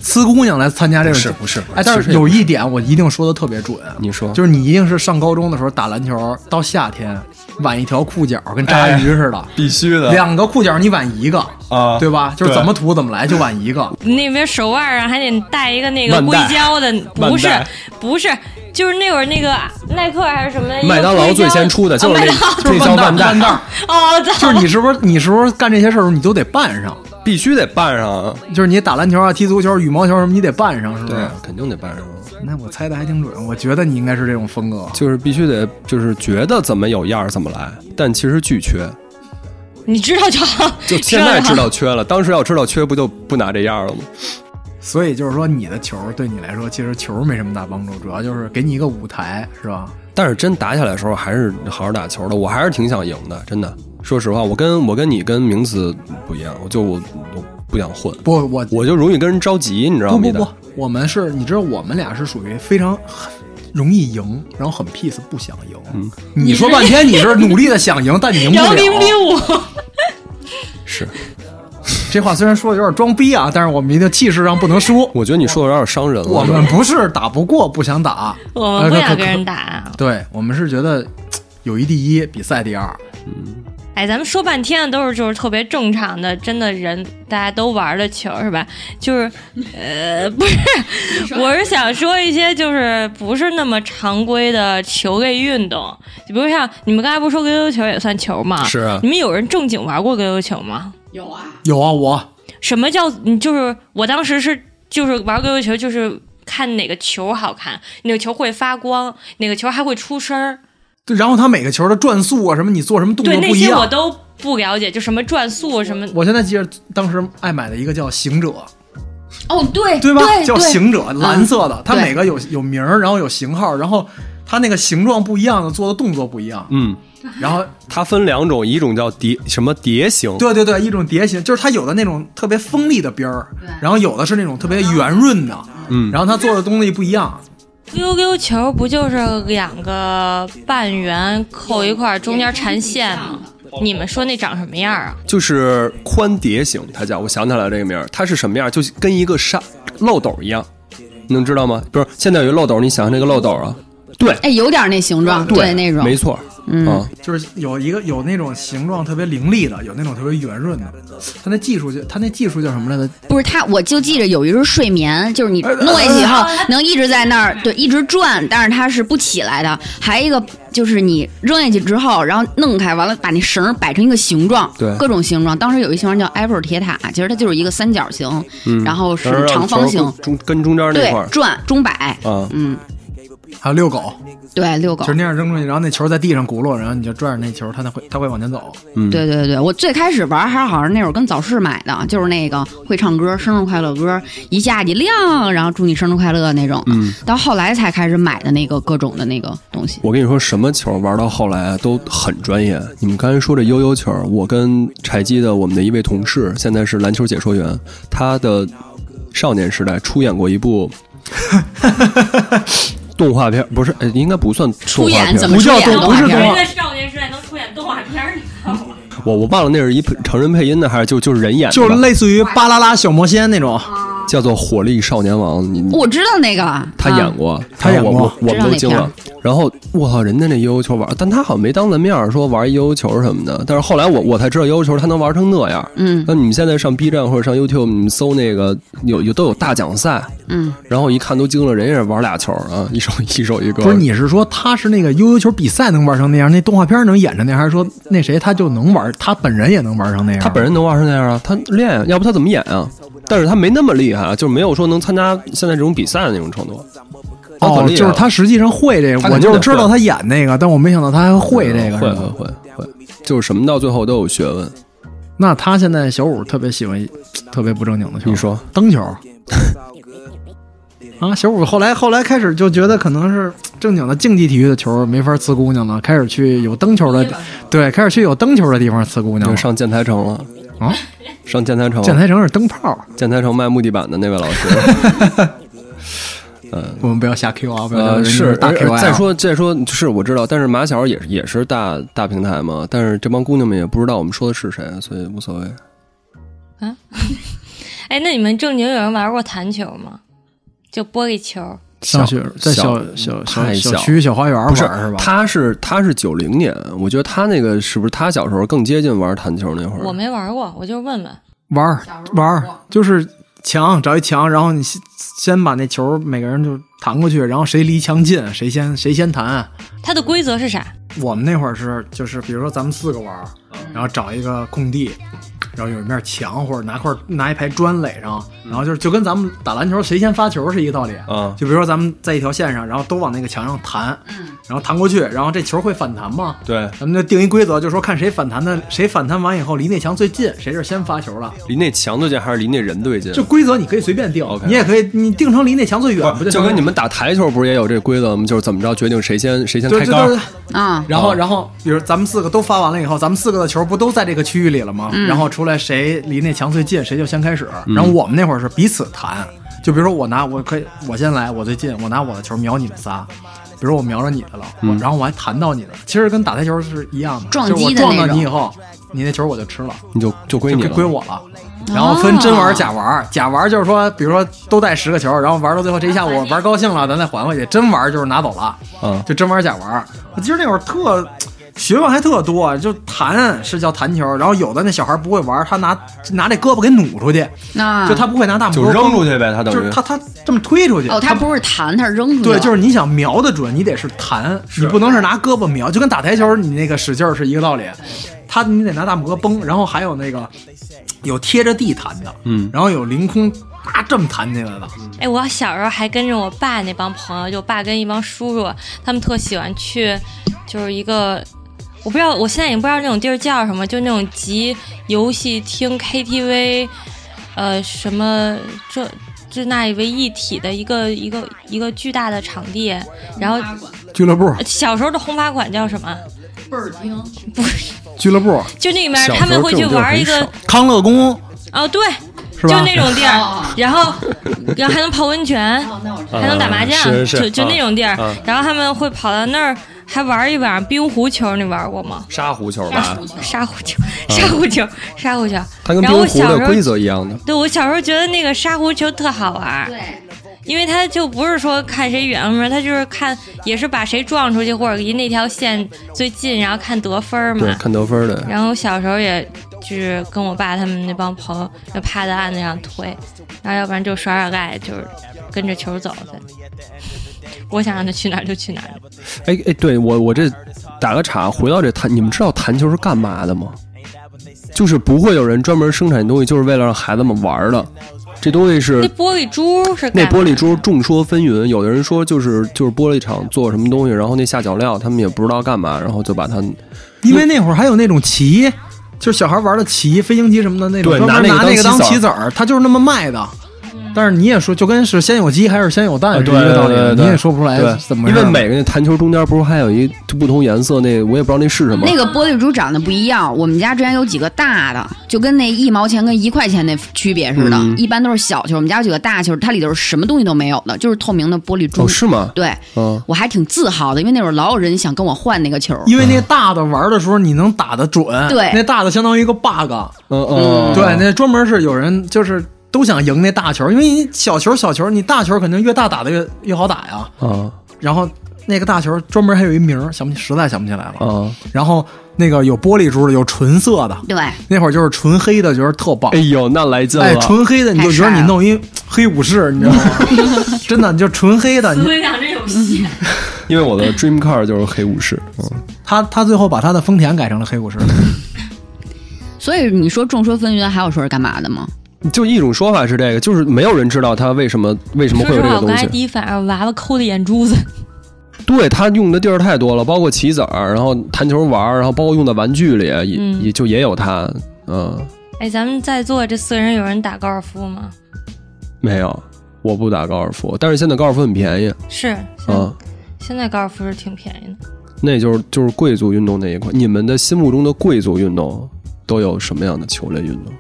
Speaker 5: 呲姑娘来参加这种，
Speaker 4: 不是不是不是
Speaker 5: 哎，但
Speaker 4: 其
Speaker 5: 是
Speaker 4: 实也
Speaker 5: 有
Speaker 4: 不
Speaker 5: 一点我一定说的特别准，
Speaker 4: 你说
Speaker 5: 就是你一定是上高中的时候打篮球，到夏天挽一条裤脚跟扎
Speaker 4: 哎
Speaker 5: 鱼似的，
Speaker 4: 必须的
Speaker 5: 两个裤脚你挽一个
Speaker 4: 啊
Speaker 5: 对吧？就是
Speaker 4: 对
Speaker 5: 怎么涂怎么来，就挽一个。
Speaker 2: 那边手腕儿啊还得带一个那个
Speaker 4: 腕
Speaker 2: 硅
Speaker 4: 带
Speaker 2: 胶的，不
Speaker 4: 腕
Speaker 2: 是
Speaker 4: 带
Speaker 2: 不是，就是那会儿那个耐克还是什么的，一个
Speaker 4: 麦当劳
Speaker 2: 硅胶
Speaker 4: 最先出的
Speaker 2: 啊
Speaker 4: 就是
Speaker 2: 麦
Speaker 4: 那
Speaker 2: 当 劳
Speaker 4: 这叫万
Speaker 5: 带，
Speaker 4: 代
Speaker 5: 腕，带，
Speaker 2: 哦，我
Speaker 5: 就
Speaker 2: 操
Speaker 5: 是你是不是你是不是干这些事儿的时候你都得办上？
Speaker 4: 必须得办上。
Speaker 5: 就是你打篮球啊、踢足球、羽毛球什么，你得办上，是不
Speaker 4: 对
Speaker 5: 是？，
Speaker 4: 嗯肯定得办上。啊
Speaker 5: 那我猜的还挺准，我觉得你应该是这种风格。
Speaker 4: 就是必须得，就是觉得怎么有样儿怎么来，但其实巨缺。
Speaker 2: 你知道就好，
Speaker 4: 就现在
Speaker 2: 就
Speaker 4: 知
Speaker 2: 好
Speaker 4: 道缺了，当时要知道缺，不就不拿这样儿了吗？
Speaker 5: 所以就是说，你的球对你来说其实球没什么大帮助，主要就是给你一个舞台，是吧？
Speaker 4: 但是真打起来的时候，还是好好打球的。我还是挺想赢的，真的。说实话，我跟我跟你跟名词不一样，我就我我不想混，
Speaker 5: 不，我
Speaker 4: 我就容易跟人着急，你知道吗？
Speaker 5: 不不
Speaker 4: 一旦
Speaker 5: 不，我们是，你知道，我们俩是属于非常容易赢，然后很 peace，不想赢。
Speaker 4: 嗯
Speaker 5: 你说半天你是努力的想赢，但你赢 不
Speaker 2: 然后零比
Speaker 5: 了。
Speaker 2: 五，
Speaker 4: 是，
Speaker 5: 这话虽然说的有点装逼啊，但是我们一定气势上不能输。
Speaker 4: 我觉得你说的有点伤人了。
Speaker 5: 我们不是打不过不想打，
Speaker 2: 我们不
Speaker 5: 呃可
Speaker 2: 想
Speaker 5: 可
Speaker 2: 跟人打。啊
Speaker 5: 对我们是觉得嘖友谊第一，比赛第二。
Speaker 2: 哎，咱们说半天都是就是特别正常的，真的人大家都玩的球是吧？就是呃，不是， 我是想说一些就是不是那么常规的球类运动，就比如像你们刚才不是说溜溜球也算球吗？
Speaker 4: 是啊
Speaker 2: 你们有人正经玩过溜溜球吗？
Speaker 5: 有啊，我
Speaker 2: 什么叫你就是我当时是就是玩溜溜球，就是看哪个球好看，哪个球会发光，哪个球还会出声儿。
Speaker 5: 对然后他每个球的转速啊什么，你做什么动
Speaker 2: 对
Speaker 5: 作
Speaker 2: 那
Speaker 5: 不一
Speaker 2: 些我
Speaker 5: 样。
Speaker 2: 都不了解，就什么转速什么。
Speaker 5: 我现在记着当时爱买的一个叫行者，
Speaker 6: 哦，对
Speaker 5: 对吧？叫行者，
Speaker 6: 嗯
Speaker 5: 蓝色的，它
Speaker 6: 对
Speaker 5: 每个有有名儿，然后有型号，然后它那个形状不一样的，做的动作不一样。
Speaker 4: 嗯，
Speaker 5: 然后，
Speaker 4: 它分两种，一种叫蝶什么蝶形，
Speaker 5: 对对对，一种碟形，就是它有的那种特别锋利的边儿，然后有的是那种特别圆润的，
Speaker 4: 嗯
Speaker 5: 然后它做的东西不一样。
Speaker 2: 溜溜球不就是两个半圆扣一块儿，中间缠线吗？你们说那长什么样啊？
Speaker 4: 就是宽蝶形，它叫我想起来了这个名儿，它是什么样？就是跟一个沙漏斗一样，你能知道吗？不是，现在有一漏斗，你想想那个漏斗啊，对
Speaker 6: 哎，有点那形状，对那种，
Speaker 4: 没错，
Speaker 6: 嗯
Speaker 4: 啊
Speaker 5: 就是有一个有那种形状特别凌厉的，有那种特别圆润的。它那技术就它那技术叫什么来着？
Speaker 6: 不是他，我就记着有一轮睡眠，就是
Speaker 4: 呃
Speaker 6: 你弄下去以后能一直在那儿对一直转，但是它是不起来的。还有一个就是你扔下去之后，然后弄开，完了把那绳儿摆成一个形状，
Speaker 4: 对
Speaker 6: 各种形状。当时有一形状叫埃菲尔铁塔，其实它就是一个三角形，然后是
Speaker 4: 嗯让
Speaker 6: 长方
Speaker 4: 球
Speaker 6: 形，
Speaker 4: 中跟中间那
Speaker 6: 对
Speaker 4: 块儿，
Speaker 6: 转钟摆，
Speaker 4: 啊，
Speaker 6: 嗯，
Speaker 5: 还有遛狗，
Speaker 6: 对遛狗
Speaker 5: 就是。那样扔出去，然后那球在地上轱辘，然后你就拽着那球，它那会它会往前走。
Speaker 4: 嗯，
Speaker 6: 对对对，我最开始玩还好像那会儿跟早市买的，就是那个会唱歌，生日快乐歌，一下去亮，然后祝你生日快乐那种的。
Speaker 4: 嗯
Speaker 6: 到后来才开始买的那个各种的那个东西。
Speaker 4: 我跟你说，什么球玩到后来啊，都很专业。你们刚才说这悠悠球，我跟柴鸡的我们的一位同事，现在是篮球解说员，他的少年时代出演过一 部动画片，不是，呃应该不算动画
Speaker 6: 出演
Speaker 4: 片
Speaker 6: 怎么
Speaker 4: 不
Speaker 6: 出
Speaker 4: 叫
Speaker 6: 演
Speaker 4: 动，
Speaker 6: 动
Speaker 4: 不
Speaker 6: 画
Speaker 4: 是
Speaker 6: 片
Speaker 4: 动
Speaker 6: 儿
Speaker 4: 画
Speaker 2: 少年时代能出演动画片，你知道吗？
Speaker 4: 我我忘了那是一配成人配音的还是就就是人演的吧，
Speaker 5: 就是类似于巴啦啦小魔仙那种。
Speaker 4: 叫做《火力少年王》，你你
Speaker 6: 我知道那个，
Speaker 4: 他
Speaker 6: 啊
Speaker 4: 演过，
Speaker 5: 他演过
Speaker 4: 我我我
Speaker 6: 知
Speaker 4: 们
Speaker 6: 道
Speaker 4: 都
Speaker 6: 那
Speaker 4: 惊
Speaker 6: 片儿
Speaker 4: 了。然后我操，人家那悠悠球玩，但他好像没当咱面儿说玩悠悠球什么的。但是后来我我才知道悠悠球他能玩成那样。
Speaker 6: 嗯
Speaker 4: 那你们现在上 B 站或者上 YouTube，你们搜那个有有都有大奖赛，
Speaker 6: 嗯，
Speaker 4: 然后一看都惊了，人也是玩俩球啊，一手一手一个。
Speaker 5: 不是，你是说他是那个悠悠球比赛能玩成那样，那动画片能演成那样，还是说那谁他就能玩，他本人也能玩成那样？
Speaker 4: 他本人能玩成那样啊？他练啊，要不他怎么演啊？但是他没那么厉害啊，就是没有说能参加现在这种比赛的那种程度。他
Speaker 5: 哦
Speaker 4: 很，厉害
Speaker 5: 就是他实际上会这
Speaker 4: 他
Speaker 5: 个，
Speaker 4: 肯定
Speaker 5: 我就是
Speaker 4: 得
Speaker 5: 知道
Speaker 4: 会
Speaker 5: 他演那个，但我没想到他还会这个，
Speaker 4: 啊会
Speaker 5: 是
Speaker 4: 会
Speaker 5: 吗？
Speaker 4: 会会，就是什么到最后都有学问。
Speaker 5: 那他现在小五特别喜欢一特别不正经的球，
Speaker 4: 你说
Speaker 5: 灯球啊？小五后来后来开始就觉得可能是正经的竞技体育的球没法呲姑娘了，开始去有灯球的，对，开始去有灯球的地方呲姑娘
Speaker 4: 就
Speaker 5: 了。
Speaker 4: 上建材城了，
Speaker 5: 哦啊，
Speaker 4: 上建材城，
Speaker 5: 建材城是灯泡，
Speaker 4: 建材城卖木地板的那位老 师，
Speaker 5: 我们不要瞎 Q 啊，不要聊
Speaker 4: 呃，
Speaker 5: 人家
Speaker 4: 是
Speaker 5: 大 Q
Speaker 4: 而
Speaker 5: 啊。
Speaker 4: 再说再说是我知道，但是马小也是也是大大平台嘛，但是这帮姑娘们也不知道我们说的是谁，啊所以无所谓。
Speaker 2: 哎，那你们正经有人玩过弹球吗？就玻璃球，
Speaker 5: 上学在
Speaker 4: 小
Speaker 5: 小小小
Speaker 4: 太小
Speaker 5: 小区小花园玩
Speaker 4: 不是
Speaker 5: 是吧？
Speaker 4: 他是他是九零年，我觉得他那个是不是他小时候更接近玩弹球那会
Speaker 2: 我
Speaker 4: 儿？
Speaker 2: 没玩过，我就问问。
Speaker 5: 玩儿玩儿，就是墙找一墙，然后你先先把那球每个人就弹过去，然后谁离墙近谁先谁先弹。
Speaker 2: 它的规则是啥？
Speaker 5: 我们那会儿是就是比如说咱们四个玩儿，然后找一个空地。然后有一面墙，或者拿块拿一排砖垒上，然后就是就跟咱们打篮球谁先发球是一个道理。
Speaker 4: 啊
Speaker 5: 就比如说咱们在一条线上，然后都往那个墙上弹，然后弹过去，然后这球会反弹吗？
Speaker 4: 对，
Speaker 5: 咱们就定一规则，就说看谁反弹的，谁反弹完以后离那墙最近，谁是先发球了。
Speaker 4: 离那墙最近还是离那人最近？
Speaker 5: 这规则你可以随便定
Speaker 4: OK
Speaker 5: 你也可以，你定成离那墙最远不
Speaker 4: 不是就
Speaker 5: 行
Speaker 4: 跟
Speaker 5: 了
Speaker 4: 你们打台球不是也有这规则吗？就是怎么着决定谁先谁先
Speaker 5: 对
Speaker 4: 开
Speaker 5: 对
Speaker 4: 杆
Speaker 5: 对
Speaker 4: 儿
Speaker 5: 对。
Speaker 6: 啊，
Speaker 5: 然后，
Speaker 4: 啊
Speaker 5: 然后，比如咱们四个都发完了以后，咱们四个的球不都在这个区域里了吗？
Speaker 6: 嗯
Speaker 5: 然后出来谁离那墙最近，谁就先开始。
Speaker 4: 嗯
Speaker 5: 然后我们那会儿是彼此弹，就比如说我拿我可以我先来，我最近，我拿我的球瞄你们仨。比如我瞄着你的了，
Speaker 4: 嗯
Speaker 5: 我然后我还弹到你的，其实跟打台球是一样的，
Speaker 6: 撞
Speaker 5: 就是我
Speaker 6: 击的
Speaker 5: 撞到
Speaker 6: 那
Speaker 5: 你以
Speaker 6: 种
Speaker 5: 后，你那球我就吃了。
Speaker 4: 你就就归
Speaker 5: 就
Speaker 4: 你
Speaker 5: 归
Speaker 4: 了，
Speaker 5: 归我了。然后分真玩儿假玩儿，假玩儿就是说，比如说都带十个球，然后玩到最后这一下我玩高兴了，咱再还回去；真玩儿就是拿走了，
Speaker 4: 嗯
Speaker 5: 就真玩儿假玩儿。我记得那会儿特学问还特多，就弹是叫弹球，然后有的那小孩不会玩儿，他拿拿这胳膊给努出去，
Speaker 6: 那
Speaker 5: 就他不会拿大拇
Speaker 4: 就
Speaker 5: 哥
Speaker 4: 扔
Speaker 5: 崩
Speaker 4: 出去呗，他等
Speaker 5: 就
Speaker 4: 于
Speaker 5: 是他他这么推出去。
Speaker 6: 哦，他不是弹，他是
Speaker 4: 嗯
Speaker 6: 扔出去
Speaker 5: 对，
Speaker 6: 的，
Speaker 5: 就是你想瞄得准，你得是弹，你不能是拿胳膊瞄，就跟打台球你那个使劲儿是一个道理。他你得拿大拇哥崩，然后还有那个有贴着地弹的，嗯，然后有凌空啪这么弹起来的，
Speaker 4: 嗯
Speaker 2: 哎，我小时候还跟着我爸那帮朋友，就我爸跟一帮叔叔，他们特喜欢去，就是一个我不知道，我现在也不知道那种地儿叫什么，就那种集游戏厅、KTV，呃，什么这这那为一体的一个一个一个巨大的场地。然后呃
Speaker 5: 俱乐部
Speaker 2: 小时候的轰趴馆叫什么？
Speaker 5: 俱乐部
Speaker 2: 就那里面
Speaker 4: 小时
Speaker 2: 他
Speaker 4: 候
Speaker 2: 们会
Speaker 4: 这
Speaker 2: 去
Speaker 4: 种地儿
Speaker 2: 玩
Speaker 4: 很
Speaker 2: 一个
Speaker 4: 少
Speaker 5: 康乐宫
Speaker 2: 哦，对，
Speaker 5: 是
Speaker 2: 就
Speaker 5: 吧
Speaker 2: 那种地儿，然后，然后还能泡温泉，还能打麻将，
Speaker 4: 啊是是
Speaker 2: 就就那种地儿
Speaker 4: 啊啊，
Speaker 2: 然后他们会跑到那儿还玩一晚上冰壶球，你玩过吗？
Speaker 4: 沙壶球吧，
Speaker 2: 沙壶球，沙壶球，沙壶球。
Speaker 4: 啊它跟
Speaker 2: 然
Speaker 4: 冰
Speaker 2: 后我
Speaker 4: 壶
Speaker 2: 小时候
Speaker 4: 的
Speaker 2: 嗯
Speaker 4: 规则一样的。
Speaker 2: 对我小时候觉得那个沙壶球特好玩，对，因为它就不是说看谁远什么，它就是看也是把谁撞出去或者离那条线最近，然后看得分嘛
Speaker 4: 对，。看得分的。
Speaker 2: 然后小时候也就是跟我爸他们那帮朋友就趴在案子上推，然后要不然就耍耍赖，就是跟着球走的。我想让他去哪儿就去哪儿。
Speaker 4: 哎哎，对我我这打个岔，回到这弹，你们知道弹球是干嘛的吗？就是不会有人专门生产东西，就是为了让孩子们玩儿的。这东西
Speaker 2: 那
Speaker 4: 是
Speaker 2: 玻璃珠是
Speaker 4: 那
Speaker 2: 干嘛
Speaker 4: 玻璃珠众说纷纭，有的人说就是就是玻璃厂做什么东西，然后那下脚料他们也不知道干嘛，然后就把它
Speaker 5: 因为那会儿还有那种棋。就是小孩玩的棋、飞行棋什么的那种，
Speaker 4: 对
Speaker 5: 专门
Speaker 4: 拿那个
Speaker 5: 拿
Speaker 4: 当
Speaker 5: 那个当
Speaker 4: 棋
Speaker 5: 棋
Speaker 4: 子
Speaker 5: 子儿，他就是那么卖的。但是你也说，就跟是先有鸡还是先有蛋
Speaker 4: 啊
Speaker 5: 是一
Speaker 4: 对
Speaker 5: 个道理，
Speaker 4: 对对对
Speaker 5: 你也说不出来怎么
Speaker 4: 因
Speaker 5: 回事
Speaker 4: 为
Speaker 5: 儿。
Speaker 4: 每个那弹球中间不是还有一不同颜色那我也不知道那是什么，
Speaker 6: 那个玻璃珠长得不一样，我们家之前有几个大的，就跟那一毛钱跟一块钱那区别似的，
Speaker 4: 嗯
Speaker 6: 一般都是小球。我们家有几个大球，它里头是什么东西都没有的，就是透明的玻璃珠。
Speaker 4: 哦是吗？
Speaker 6: 对，
Speaker 4: 嗯，
Speaker 6: 我还挺自豪的，因为那会儿老有人想跟我换那个球。
Speaker 5: 因为那大的玩的时候你能打得准，
Speaker 6: 对
Speaker 5: 那大的相当于一个 bug，
Speaker 4: 嗯嗯，
Speaker 5: 对，那专门是有人就是都想赢那大球，因为你小球小球，你大球肯定越大打的越越好打呀。
Speaker 4: 啊
Speaker 5: 然后那个大球专门还有一名儿，想不起，实在想不起来了。
Speaker 4: 啊，
Speaker 5: 然后那个有玻璃珠的，有纯色的，
Speaker 6: 对，
Speaker 5: 那会儿就是纯黑的，觉得特棒
Speaker 4: 哎。呦，那来劲了，
Speaker 5: 哎，纯黑的你就觉得你弄一黑武士，你知道吗？真的，你就纯黑的，你
Speaker 2: 思维长真有戏。
Speaker 4: 因为我的 dream car 就是黑武士，嗯，
Speaker 5: 他他最后把他的丰田改成了黑武士。
Speaker 6: 所以你说众说纷纭，还有说是干嘛的吗？
Speaker 4: 就一种说法是这个，就是没有人知道他为什么为 什么
Speaker 2: 说
Speaker 4: 会有
Speaker 2: 实
Speaker 4: 这
Speaker 2: 话，
Speaker 4: 个
Speaker 2: 我
Speaker 4: 东
Speaker 2: 刚才
Speaker 4: 西。
Speaker 2: 第一反应，娃娃抠的眼珠子，
Speaker 4: 对他用的地儿太多了，包括棋子儿，然后弹球玩儿，然后包括用在玩具里，也、
Speaker 2: 嗯
Speaker 4: 也就也有他，嗯，
Speaker 2: 哎，咱们在座这四个人有人打高尔夫吗？
Speaker 4: 没有，我不打高尔夫，但是现在高尔夫很便宜
Speaker 2: 是，现在
Speaker 4: 啊，
Speaker 2: 现在高尔夫是挺便宜的。
Speaker 4: 那就是就是贵族运动那一块。你们的心目中的贵族运动都有什么样的球类运动？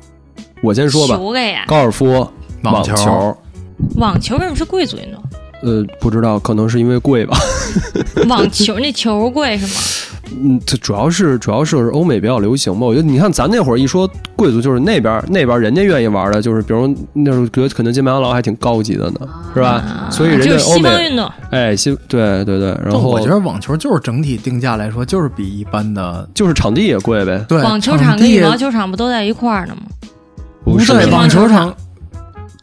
Speaker 4: 我先说吧，
Speaker 2: 球啊类呀，
Speaker 4: 高尔夫、
Speaker 5: 网
Speaker 4: 球，
Speaker 5: 球
Speaker 2: 网球为什么是贵族运动？
Speaker 4: 呃，不知道，可能是因为贵吧。
Speaker 2: 网球那球贵是吗？
Speaker 4: 嗯，这主要是主要是欧美比较流行吧。我觉得你看咱那会儿一说贵族，就是那边儿那边儿人家愿意玩的，就是比如那时候觉得肯德基、麦当劳还挺高级的呢，是吧？所以人
Speaker 2: 啊就是
Speaker 4: 家欧
Speaker 2: 西方
Speaker 4: 美
Speaker 2: 运动，
Speaker 4: 哎，西对对对，然
Speaker 5: 但
Speaker 4: 后
Speaker 5: 我觉得网球就是整体定价来说，就是比一般的
Speaker 4: 就是场地也贵呗，
Speaker 5: 对
Speaker 2: 网球场跟
Speaker 5: 地
Speaker 2: 羽毛球场不都在一块儿呢吗？
Speaker 5: 不
Speaker 4: 是
Speaker 5: 在
Speaker 2: 吗
Speaker 5: 网球场，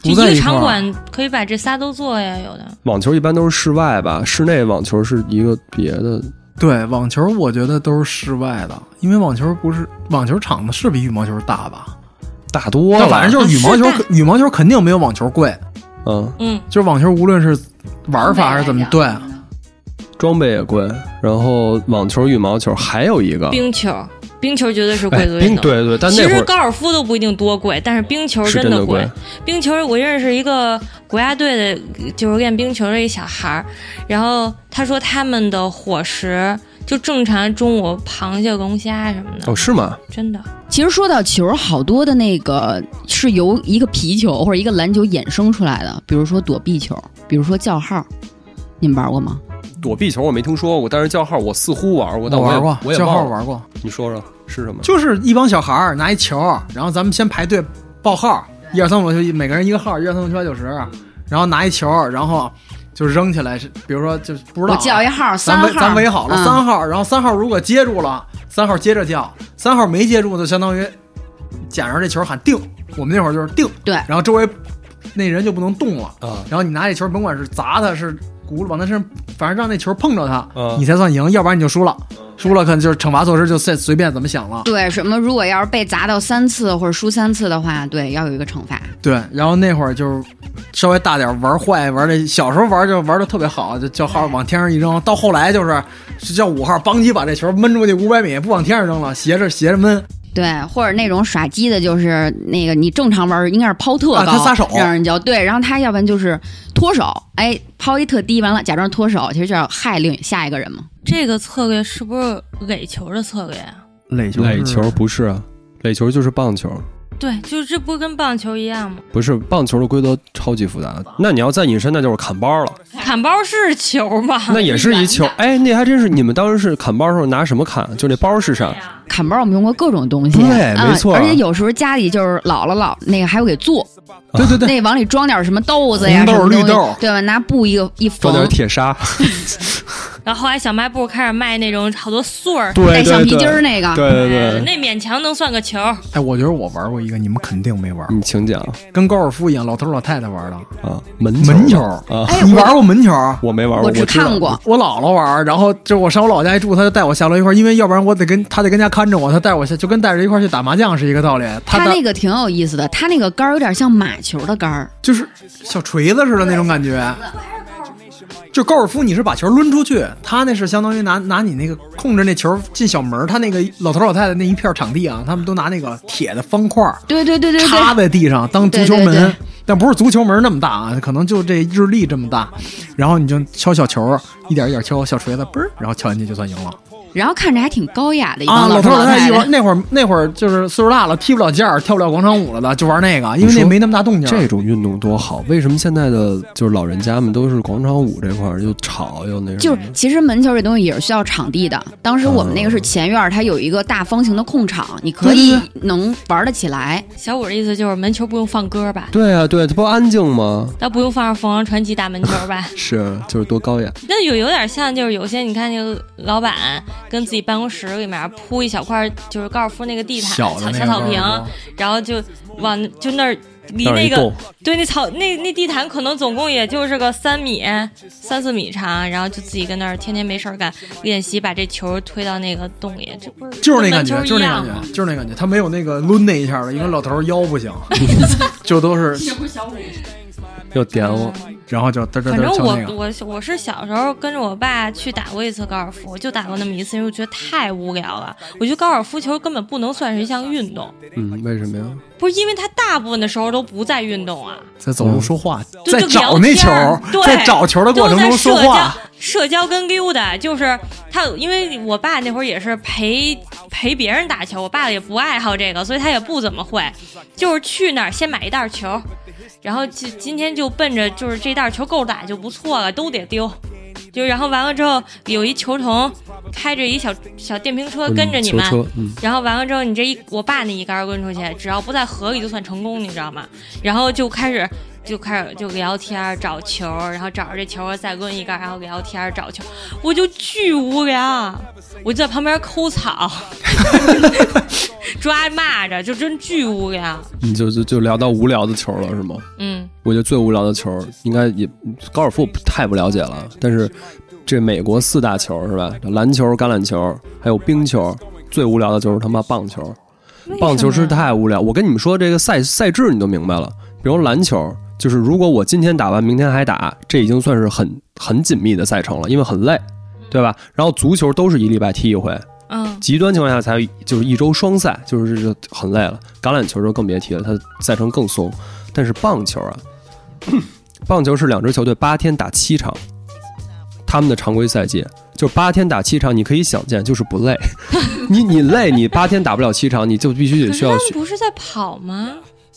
Speaker 2: 就
Speaker 5: 不在
Speaker 2: 个
Speaker 5: 块
Speaker 2: 场
Speaker 5: 儿
Speaker 2: 馆可以把这仨都做呀，有的。
Speaker 4: 网球一般都是室外吧，室内网球是一个别的
Speaker 5: 对网球，我觉得都是室外的，因为网球不是网球场子是比羽毛球大吧？
Speaker 4: 大多了，
Speaker 5: 但反正就是羽毛球
Speaker 2: 啊是大，
Speaker 5: 羽毛球肯定没有网球贵，
Speaker 4: 嗯，
Speaker 2: 嗯，
Speaker 5: 就是网球无论是玩法还是怎么，
Speaker 2: 啊
Speaker 5: 对，
Speaker 4: 装备也贵，然后网球、羽毛球还有一个
Speaker 2: 冰球，冰球绝对是贵
Speaker 4: 哎
Speaker 2: 族运
Speaker 4: 冰，
Speaker 2: 动。
Speaker 4: 对对对，但
Speaker 2: 其
Speaker 4: 那会
Speaker 2: 实
Speaker 4: 儿
Speaker 2: 高尔夫都不一定多贵，但是冰球
Speaker 4: 是
Speaker 2: 真
Speaker 4: 真的
Speaker 2: 贵
Speaker 4: 贵。
Speaker 2: 冰球，我认识一个国家队的，就是练冰球的一小孩儿，然后他说他们的伙食就正常中午螃蟹、龙虾什么的，
Speaker 4: 哦是吗？
Speaker 2: 真的。
Speaker 6: 其实说到球，好多的那个是由一个皮球或者一个篮球衍生出来的，比如说躲避球，比如说叫号，你们玩过吗？
Speaker 4: 躲避球我没听说过，但是叫号我似乎玩过，但我也
Speaker 5: 玩过
Speaker 4: 我，也
Speaker 5: 叫号
Speaker 4: 忘了。
Speaker 5: 玩过，
Speaker 4: 你说说是什么？
Speaker 5: 就是一帮小孩儿拿一球，然后咱们先排队报号，一二三五六七，每个人一个号，一二三五六七八九十，然后拿一球，然后就扔起来，是比如说就是不知道
Speaker 6: 我
Speaker 5: 啊，
Speaker 6: 叫一号，三
Speaker 5: 咱
Speaker 6: 号
Speaker 5: 围，咱围好了
Speaker 6: 嗯
Speaker 5: 三号，然后三号如果接住了，三号接着叫，三号没接住就相当于捡着这球喊定，我们那会儿就是定，
Speaker 6: 对
Speaker 5: 然后周围那人就不能动了，
Speaker 4: 啊，
Speaker 5: 然后你拿这球甭管是砸他是鼓往他身上，反正让那球碰着他，
Speaker 4: 嗯
Speaker 5: 你才算赢，要不然你就输了，输了可能就是惩罚措施就随随便怎么想了，
Speaker 6: 对，什么如果要是被砸到三次或者输三次的话，对，要有一个惩罚。
Speaker 5: 对，然后那会儿就是稍微大点玩坏玩的，小时候玩就玩的特别好，就叫号往天上一扔。到后来就是是叫五号邦叽把这球闷出去五百米，不往天上扔了，斜着斜着闷。
Speaker 6: 对，或者那种耍鸡的，就是那个你正常玩儿应该是抛特高，
Speaker 5: 啊他撒手
Speaker 6: 让人叫对，然后他要不然就是脱手，哎，抛一特低，完了假装脱手，其实就要害另下一个人嘛。
Speaker 2: 这个策略是不是垒球的策略啊？
Speaker 5: 垒球
Speaker 4: 垒球不是啊，垒球就是棒球，
Speaker 2: 对，就是这不跟棒球一样吗？
Speaker 4: 不是棒球的规则超级复杂。那你要在你身，那就是砍包了，
Speaker 2: 砍包是球吗？
Speaker 6: 啊
Speaker 4: 那也是一球。哎，那还真是，你们当时是砍包的时候拿什么砍？就那包是啥？
Speaker 6: 砍包我们用过各种东西，
Speaker 4: 对
Speaker 6: 嗯
Speaker 4: 没错
Speaker 6: 而且有时候家里就是姥姥姥那个还会给做，
Speaker 5: 啊对对对，
Speaker 6: 那往里装点什么豆子呀，
Speaker 5: 红豆
Speaker 6: 什么东西
Speaker 5: 绿豆
Speaker 6: 对吧？拿布一个一
Speaker 4: 装
Speaker 6: 缝
Speaker 4: 点，铁砂，
Speaker 2: 然后后来小卖部开始卖那种好多穗儿，
Speaker 4: 对
Speaker 6: 带
Speaker 4: 对
Speaker 6: 橡皮
Speaker 4: 对
Speaker 6: 筋儿那个
Speaker 4: 对对
Speaker 2: 哎
Speaker 4: 对，
Speaker 2: 那勉强能算个球。
Speaker 5: 哎，我觉得我玩过一个，你们肯定没玩，
Speaker 4: 你请讲
Speaker 5: 跟高尔夫一样，老头老太太玩的
Speaker 4: 啊，门球
Speaker 5: 门球
Speaker 4: 啊，
Speaker 6: 哎
Speaker 5: 你
Speaker 6: 我
Speaker 5: 玩过门球？
Speaker 4: 我没玩过，
Speaker 6: 我
Speaker 4: 我
Speaker 6: 只
Speaker 4: 知道
Speaker 6: 看过。
Speaker 5: 我姥姥玩，然后就我上我老家一住，他就带我下楼一块儿，因为要不然我得跟他得跟家看着我，他带我下就跟带着一块儿去打麻将是一个道理。
Speaker 6: 它
Speaker 5: 带
Speaker 6: 那个挺有意思的，它那个杆儿有点像马球的杆儿，
Speaker 5: 就是小锤子似的那种感觉。就高尔夫，你是把球抡出去，他那是相当于拿拿你那个控制那球进小门儿，他那个老头老太太那一片场地啊，他们都拿那个铁的方块儿
Speaker 6: 对对对对对，
Speaker 5: 插在地上当足球
Speaker 6: 对对
Speaker 5: 门
Speaker 6: 对，
Speaker 5: 但不是足球门那么大啊，可能就这日历这么大，然后你就敲小球，一点一点敲，小锤子嘣儿，然后敲进去就算赢了。
Speaker 6: 然后看着还挺高雅的一
Speaker 5: 啊，
Speaker 6: 帮
Speaker 5: 老
Speaker 6: 头
Speaker 5: 头
Speaker 6: 老
Speaker 5: 老
Speaker 6: 太
Speaker 5: 太一
Speaker 6: 太
Speaker 5: 玩，。那会儿那会儿就是岁数大了，踢不了毽儿，跳不了广场舞了的，就玩那个，因为
Speaker 4: 你
Speaker 5: 那
Speaker 4: 说
Speaker 5: 没那么大动静。
Speaker 4: 这种运动多好，为什么现在的就是老人家们都是广场舞这块儿又吵又那什么？
Speaker 5: 嗯
Speaker 6: 就是其实门球这东西也是需要场地的。当时我们
Speaker 5: 哦
Speaker 6: 那个是前院儿，它有一个大方形的空场，你可以能玩得起来。
Speaker 2: 小五的意思就是门球不用放歌吧？
Speaker 4: 对啊，对，它不安静吗？
Speaker 2: 那不用放上凤凰传奇打门球 吧？
Speaker 4: 是，就是多高雅。
Speaker 2: 那有有点像，就是有些你看那个老板跟自己办公室里面铺一小块，就是高尔夫那个地毯、
Speaker 5: 小的
Speaker 2: 小小
Speaker 5: 那个
Speaker 2: 草
Speaker 5: 高尔
Speaker 2: 坪
Speaker 5: 夫，
Speaker 2: 然后就往就那儿离
Speaker 4: 那儿
Speaker 2: 那
Speaker 4: 一
Speaker 2: 个
Speaker 4: 洞
Speaker 2: 对那草那那地毯可能总共也就是个三米三四米长，然后就自己跟那儿天天没事儿干练习，把这球推到那个洞里，这不是
Speaker 5: 就是那
Speaker 2: 跟
Speaker 5: 感
Speaker 2: 篮
Speaker 5: 觉，
Speaker 2: 球
Speaker 5: 就是
Speaker 2: 一
Speaker 5: 那感
Speaker 2: 样吗？
Speaker 5: 觉，就是那感觉，他没有那个抡那一下的，因为老头儿腰 不行，就都是，
Speaker 4: 又点我，
Speaker 5: 然后就嘚嘚
Speaker 2: 反
Speaker 5: 嘚
Speaker 2: 正
Speaker 5: 敲
Speaker 2: 我
Speaker 5: 那个。
Speaker 2: 我我是小时候跟着我爸去打过一次高尔夫，就打过那么一次，因为我觉得太无聊了。我觉得高尔夫球根本不能算是一项运动，
Speaker 4: 嗯，为什么呀？
Speaker 2: 不是因为他大部分的时候都不在运动啊，
Speaker 5: 在走
Speaker 4: 嗯
Speaker 5: 路说话，
Speaker 2: 就
Speaker 5: 在
Speaker 2: 就
Speaker 5: 找
Speaker 2: 聊
Speaker 5: 那球
Speaker 2: 天儿
Speaker 5: 儿，
Speaker 2: 对，
Speaker 5: 在找球的过程
Speaker 2: 都在
Speaker 5: 中说话，
Speaker 2: 社交社交跟溜达，就是他，因为我爸那会儿也是陪陪别人打球，我爸也不爱好这个，所以他也不怎么会，就是去那儿先买一袋球，然后今今天就奔着就是这袋球够打就不错了，都得丢。就然后完了之后，有一球童开着一小小电瓶车跟着你
Speaker 4: 球
Speaker 2: 们，
Speaker 4: 车，嗯，
Speaker 2: 然后完了之后，你这一我爸那一杆儿抡出去，只要不在河里就算成功，你知道吗？然后就开始就开始就聊天儿找球儿，然后找着这球儿再抡一杆儿，然后聊天儿找球儿，我就巨无聊，我就在旁边抠草， 抓蚂蚱，就真巨无聊。
Speaker 4: 你就就就聊到无聊的球了是吗？
Speaker 2: 嗯，
Speaker 4: 我觉得最无聊的球应该也高尔夫太不了解了，但是这美国四大球是吧？篮球、橄榄球还有冰球，最无聊的就是他妈棒球。棒球是太无聊，我跟你们说这个赛赛制你都明白了。比如篮球，就是如果我今天打完，明天还打，这已经算是很很紧密的赛程了，因为很累，对吧？然后足球都是一礼拜踢一回，
Speaker 2: 嗯，
Speaker 4: 极端情况下才就是一周双赛，就是这就很累了。橄榄球就更别提了，它赛程更松。但是棒球啊，棒球是两支球队八天打七场，他们的常规赛季就八天打七场，你可以想见，就是不累。你你累，你八天打不了七场，你就必须得
Speaker 2: 可
Speaker 4: 需
Speaker 2: 是他
Speaker 4: 要
Speaker 2: 们
Speaker 4: 去。
Speaker 2: 不是在跑吗？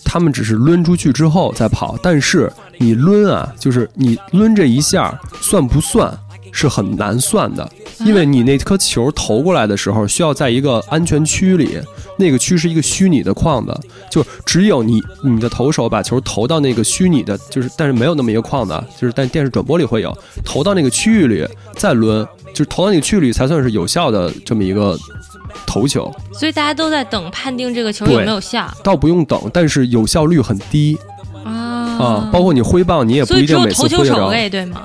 Speaker 4: 他们只是抡出去之后再跑，但是你抡啊，就是你抡这一下算不算是很难算的，因为你那颗球投过来的时候，需要在一个安全区里，那个区是一个虚拟的框子，就只有你你的投手把球投到那个虚拟的，就是但是没有那么一个框子啊，就是但电视转播里会有，投到那个区域里再抡，就是投到那个区域里才算是有效的这么一个投球。
Speaker 2: 所以大家都在等判定这个球
Speaker 4: 对
Speaker 2: 有没有效
Speaker 4: 倒不用等，但是有效率很低啊
Speaker 2: 啊。
Speaker 4: 包括你挥棒，你也不
Speaker 2: 所以
Speaker 4: 一
Speaker 2: 只
Speaker 4: 定
Speaker 2: 有
Speaker 4: 每次
Speaker 2: 投
Speaker 4: 挥
Speaker 2: 球
Speaker 4: 得
Speaker 2: 手哎
Speaker 4: 着。
Speaker 2: 类对吗？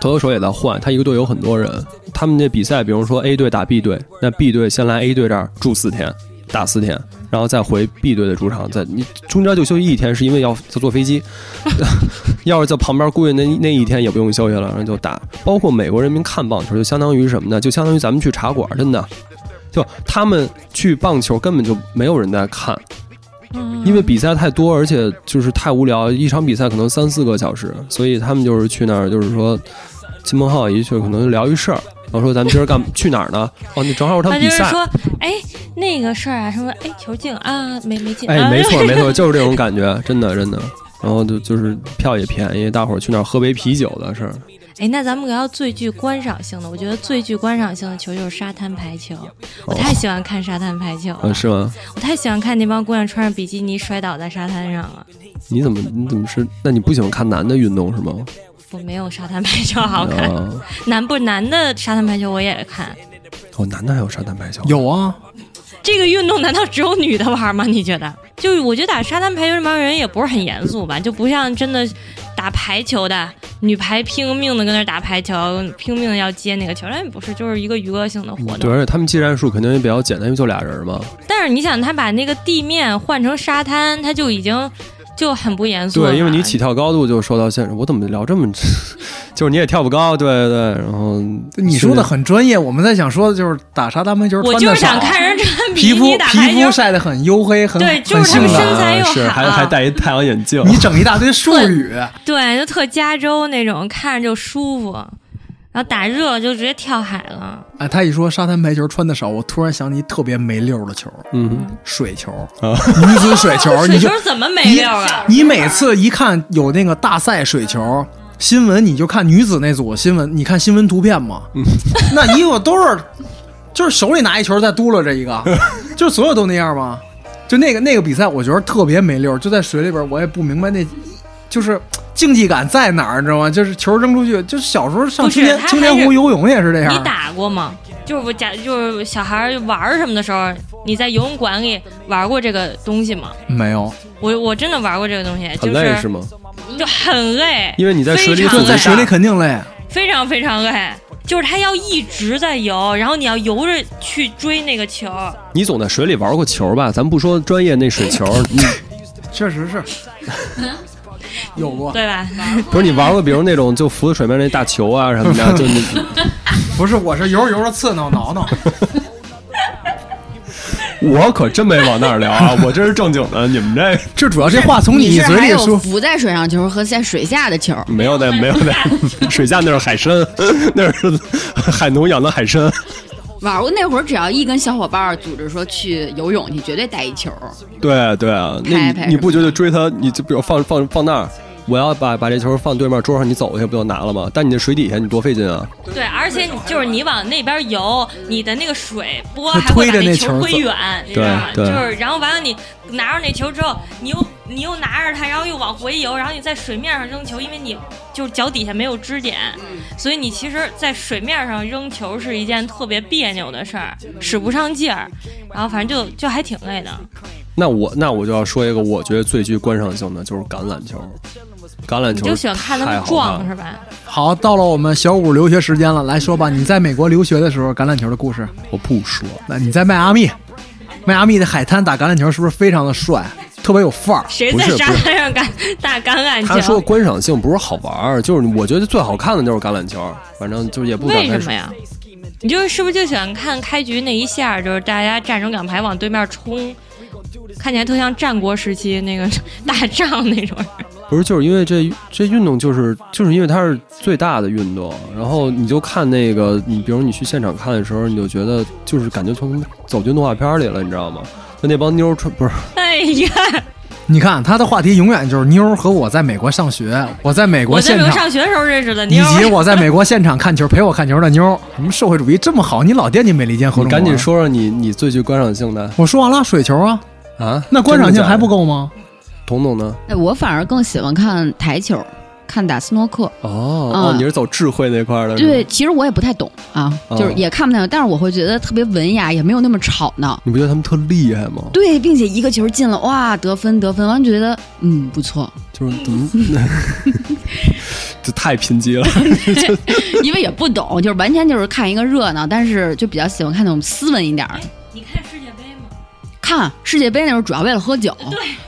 Speaker 4: 投球手也在换，他一个队有很多人。他们这比赛，比如说 A 队打 B 队，那 B 队先来 A 队这儿住四天，打四天，然后再回 B 队的主场，再你中间就休息一天，是因为要要坐 飞机。要是在旁边，估计那那一天也不用休息了，然后就打。包括美国人民看棒球，就相当于什么呢？就相当于咱们去茶馆，真的。就他们去棒球根本就没有人在看，
Speaker 2: 嗯
Speaker 4: 因为比赛太多，而且就是太无聊，一场比赛可能三四个小时，所以他们就是去那儿，就是说亲朋好友一去，可能聊一事儿，然后说咱们今儿干 去哪儿呢？哦，你正好他
Speaker 2: 他
Speaker 4: 们
Speaker 2: 就
Speaker 4: 比
Speaker 2: 是
Speaker 4: 赛，
Speaker 2: 说，哎，那个事儿啊，什么哎球进啊，没没进，
Speaker 4: 哎，
Speaker 2: 啊
Speaker 4: 没错没错，就是这种感觉，真的真的。然后就就是票也便宜，大伙儿去那儿喝杯啤酒的事儿。
Speaker 2: 哎，那咱们聊最具观赏性的，我觉得最具观赏性的球就是沙滩排球，我太喜欢看沙滩排球了，
Speaker 4: 嗯，哦是吗？
Speaker 2: 我太喜欢看那帮姑娘穿着比基尼摔倒在沙滩上了。
Speaker 4: 你怎么你怎么是？那你不喜欢看男的运动是吗？
Speaker 2: 我没有沙滩排球好看，
Speaker 4: 啊，
Speaker 2: 男不男的沙滩排球我也看。
Speaker 4: 哦，男的还有沙滩排球，
Speaker 5: 有啊，
Speaker 2: 这个运动难道只有女的玩吗？你觉得？就是我觉得打沙滩排球这帮人也不是很严肃吧，就不像真的打排球的女排拼命的跟那儿打排球，拼命的要接那个球，但也不是，就是一个娱乐性的活
Speaker 5: 嗯
Speaker 4: 对，
Speaker 2: 动。
Speaker 4: 而且他们技战术肯定也比较简单，因为就俩人嘛。
Speaker 2: 但是你想，他把那个地面换成沙滩，他就已经就很不严肃嘛。
Speaker 4: 对，因为你起跳高度就受到限制。我怎么聊这么， 就是你也跳不高，对对。然后
Speaker 5: 你说的很专业，我们在想说的就是打啥大排球，
Speaker 2: 我
Speaker 5: 穿
Speaker 2: 就
Speaker 5: 的
Speaker 2: 是
Speaker 5: 少
Speaker 2: 想，看人穿
Speaker 5: 皮
Speaker 2: 比
Speaker 5: 肤
Speaker 2: 基打
Speaker 5: 皮
Speaker 2: 排球
Speaker 5: 肤，晒得很黝黑，很
Speaker 2: 对就是
Speaker 5: 很
Speaker 2: 他
Speaker 5: 性
Speaker 2: 们
Speaker 5: 感。
Speaker 2: 哦身材又好啊
Speaker 4: 是还还戴一太阳眼镜，
Speaker 5: 你整一大堆术语，
Speaker 2: 对，就特加州那种，看着就舒服。然后打热就直接跳海了，
Speaker 5: 哎，他一说沙滩排球穿的少，我突然想起特别没溜儿的球，
Speaker 4: 嗯，
Speaker 5: 水球，
Speaker 4: 啊
Speaker 5: 女子水 球，
Speaker 2: 水
Speaker 5: 你就
Speaker 2: 球怎么没
Speaker 5: 你
Speaker 2: 溜啊？
Speaker 5: 你每次一看有那个大赛水球新闻，你就看女子那组新闻，你看新闻图片吗？ 那衣服都是，就是手里拿一球再嘟噜着一个，就是所有都那样吗？就那个那个比赛，我觉得特别没溜儿，就在水里边，我也不明白那，就是竞技感在哪儿，你知道吗？就是球扔出去，就是小时候上
Speaker 2: 不是
Speaker 5: 青年
Speaker 2: 他
Speaker 5: 青
Speaker 2: 还
Speaker 5: 年湖
Speaker 2: 是
Speaker 5: 游泳也是这样。
Speaker 2: 你打过吗？就是我假，就是小孩儿玩儿什么的时候，你在游泳馆里玩过这个东西吗？
Speaker 5: 没有？
Speaker 2: 我我真的玩过这个东西，
Speaker 4: 很
Speaker 2: 就
Speaker 4: 累
Speaker 2: 是
Speaker 4: 是吗？
Speaker 2: 就很累，
Speaker 4: 因为你在水里
Speaker 2: 非常
Speaker 4: 很
Speaker 5: 在
Speaker 2: 累
Speaker 5: 水里肯定累。
Speaker 2: 非常非常累，就是他要一直在游，然后你要游着去追那个球。
Speaker 4: 你总在水里玩过球吧？咱不说专业那水球，你
Speaker 5: 确 实是，有过。
Speaker 2: 对吧？
Speaker 4: 不是你玩过，比如那种就浮在水面那大球啊什么的，就你
Speaker 5: 不是，我是游着游着刺挠挠挠。
Speaker 4: 我可真没往那儿聊啊，我这是正经的，你们这
Speaker 5: 这主要这话从
Speaker 6: 是
Speaker 5: 嘴
Speaker 6: 还
Speaker 5: 里
Speaker 6: 有
Speaker 5: 说，
Speaker 6: 浮在水上球和在水下的球，
Speaker 4: 没有在没有在水下那是海参， 那是海农养的海参，
Speaker 6: 玩过那会儿，只要一跟小伙伴组织说去游泳，你绝对带一球。
Speaker 4: 对对啊，那
Speaker 6: 拍
Speaker 4: 你
Speaker 6: 拍
Speaker 4: 你不觉得追他，你就比如放放放那儿，我要把把这球放对面桌上，你走过去不就拿了吗？但你这水底下你多费劲啊！
Speaker 2: 对，而且你就是你往那边游，你的那个水波
Speaker 5: 会
Speaker 2: 还会把
Speaker 5: 推着那
Speaker 2: 那
Speaker 5: 球
Speaker 2: 球推
Speaker 5: 走
Speaker 2: 远，你知道吗？就
Speaker 4: 对对
Speaker 2: 是然后完了你拿着那球之后，你又你又拿着它，然后又往回游，然后你在水面上扔球，因为你就是脚底下没有支点，所以你其实，在水面上扔球是一件特别别扭的事儿，使不上劲儿，然后反正就就还挺累的。
Speaker 4: 那我那我就要说一个我觉得最具观赏性的就是橄榄球，橄榄
Speaker 2: 你
Speaker 4: 球
Speaker 2: 就喜欢看他
Speaker 4: 太
Speaker 2: 们
Speaker 4: 好
Speaker 2: 撞
Speaker 4: 看
Speaker 2: 是吧？
Speaker 5: 好，到了我们小五留学时间了，来说吧，你在美国留学的时候橄榄球的故事。
Speaker 4: 我不说，
Speaker 5: 那你在迈阿密，迈阿密的海滩打橄榄球是不是非常的帅，特别有范儿？
Speaker 2: 谁
Speaker 4: 不
Speaker 2: 在
Speaker 4: 是
Speaker 2: 沙
Speaker 4: 不是
Speaker 2: 滩上干大橄榄球？
Speaker 4: 他说观赏性不是好玩儿，就是我觉得最好看的就是橄榄球，反正就是也不敢
Speaker 2: 为
Speaker 4: 开
Speaker 2: 什
Speaker 4: 始
Speaker 2: 么呀？你就是是不是就喜欢看开局那一下儿，就是大家站成两排往对面冲，看起来特像战国时期那个 打仗那种。
Speaker 4: 不是，就是因为这这运动就是就是因为它是最大的运动，然后你就看那个，你比如你去现场看的时候，你就觉得就是感觉从走进动画片里了，你知道吗？就那帮妞儿穿不是
Speaker 2: 哎呀，
Speaker 5: 你看他的话题永远就是妞儿和我在美国上学，我在美国
Speaker 2: 我在
Speaker 5: 现
Speaker 2: 美国
Speaker 5: 场，
Speaker 2: 上学的时候认识的
Speaker 5: 以
Speaker 2: 妞儿，
Speaker 5: 及我在美国现场看球陪我看球的妞儿。什么社会主义这么好，你老惦记美利坚合
Speaker 4: 你
Speaker 5: 众国？
Speaker 4: 赶紧！说说你你最具观赏性的
Speaker 5: 我说完了，水球啊，
Speaker 4: 啊？
Speaker 5: 那观赏
Speaker 4: 真
Speaker 5: 性
Speaker 4: 的
Speaker 5: 还不
Speaker 4: 假的？
Speaker 5: 够吗？
Speaker 4: 彤彤呢？
Speaker 6: 哎，我反而更喜欢看台球，看打斯诺克。
Speaker 4: 哦哦，
Speaker 6: 嗯
Speaker 4: 你是走智慧那块儿的，
Speaker 5: 嗯
Speaker 4: 是吗
Speaker 6: 对，，其实我也不太懂啊，就是
Speaker 4: 哦
Speaker 6: 也看不太懂，但是我会觉得特别文雅，也没有那么吵闹。
Speaker 4: 你不觉得他们特厉害吗？
Speaker 6: 对，并且一个球进了，哇，得分得分，完觉得嗯不错，
Speaker 4: 就是怎么， 这太贫瘠了。
Speaker 6: 因为也不懂，就是完全就是看一个热闹，但是就比较喜欢看那种斯文一点儿的。
Speaker 2: 你看世界杯吗？
Speaker 6: 看世界杯那时候主要为了喝酒，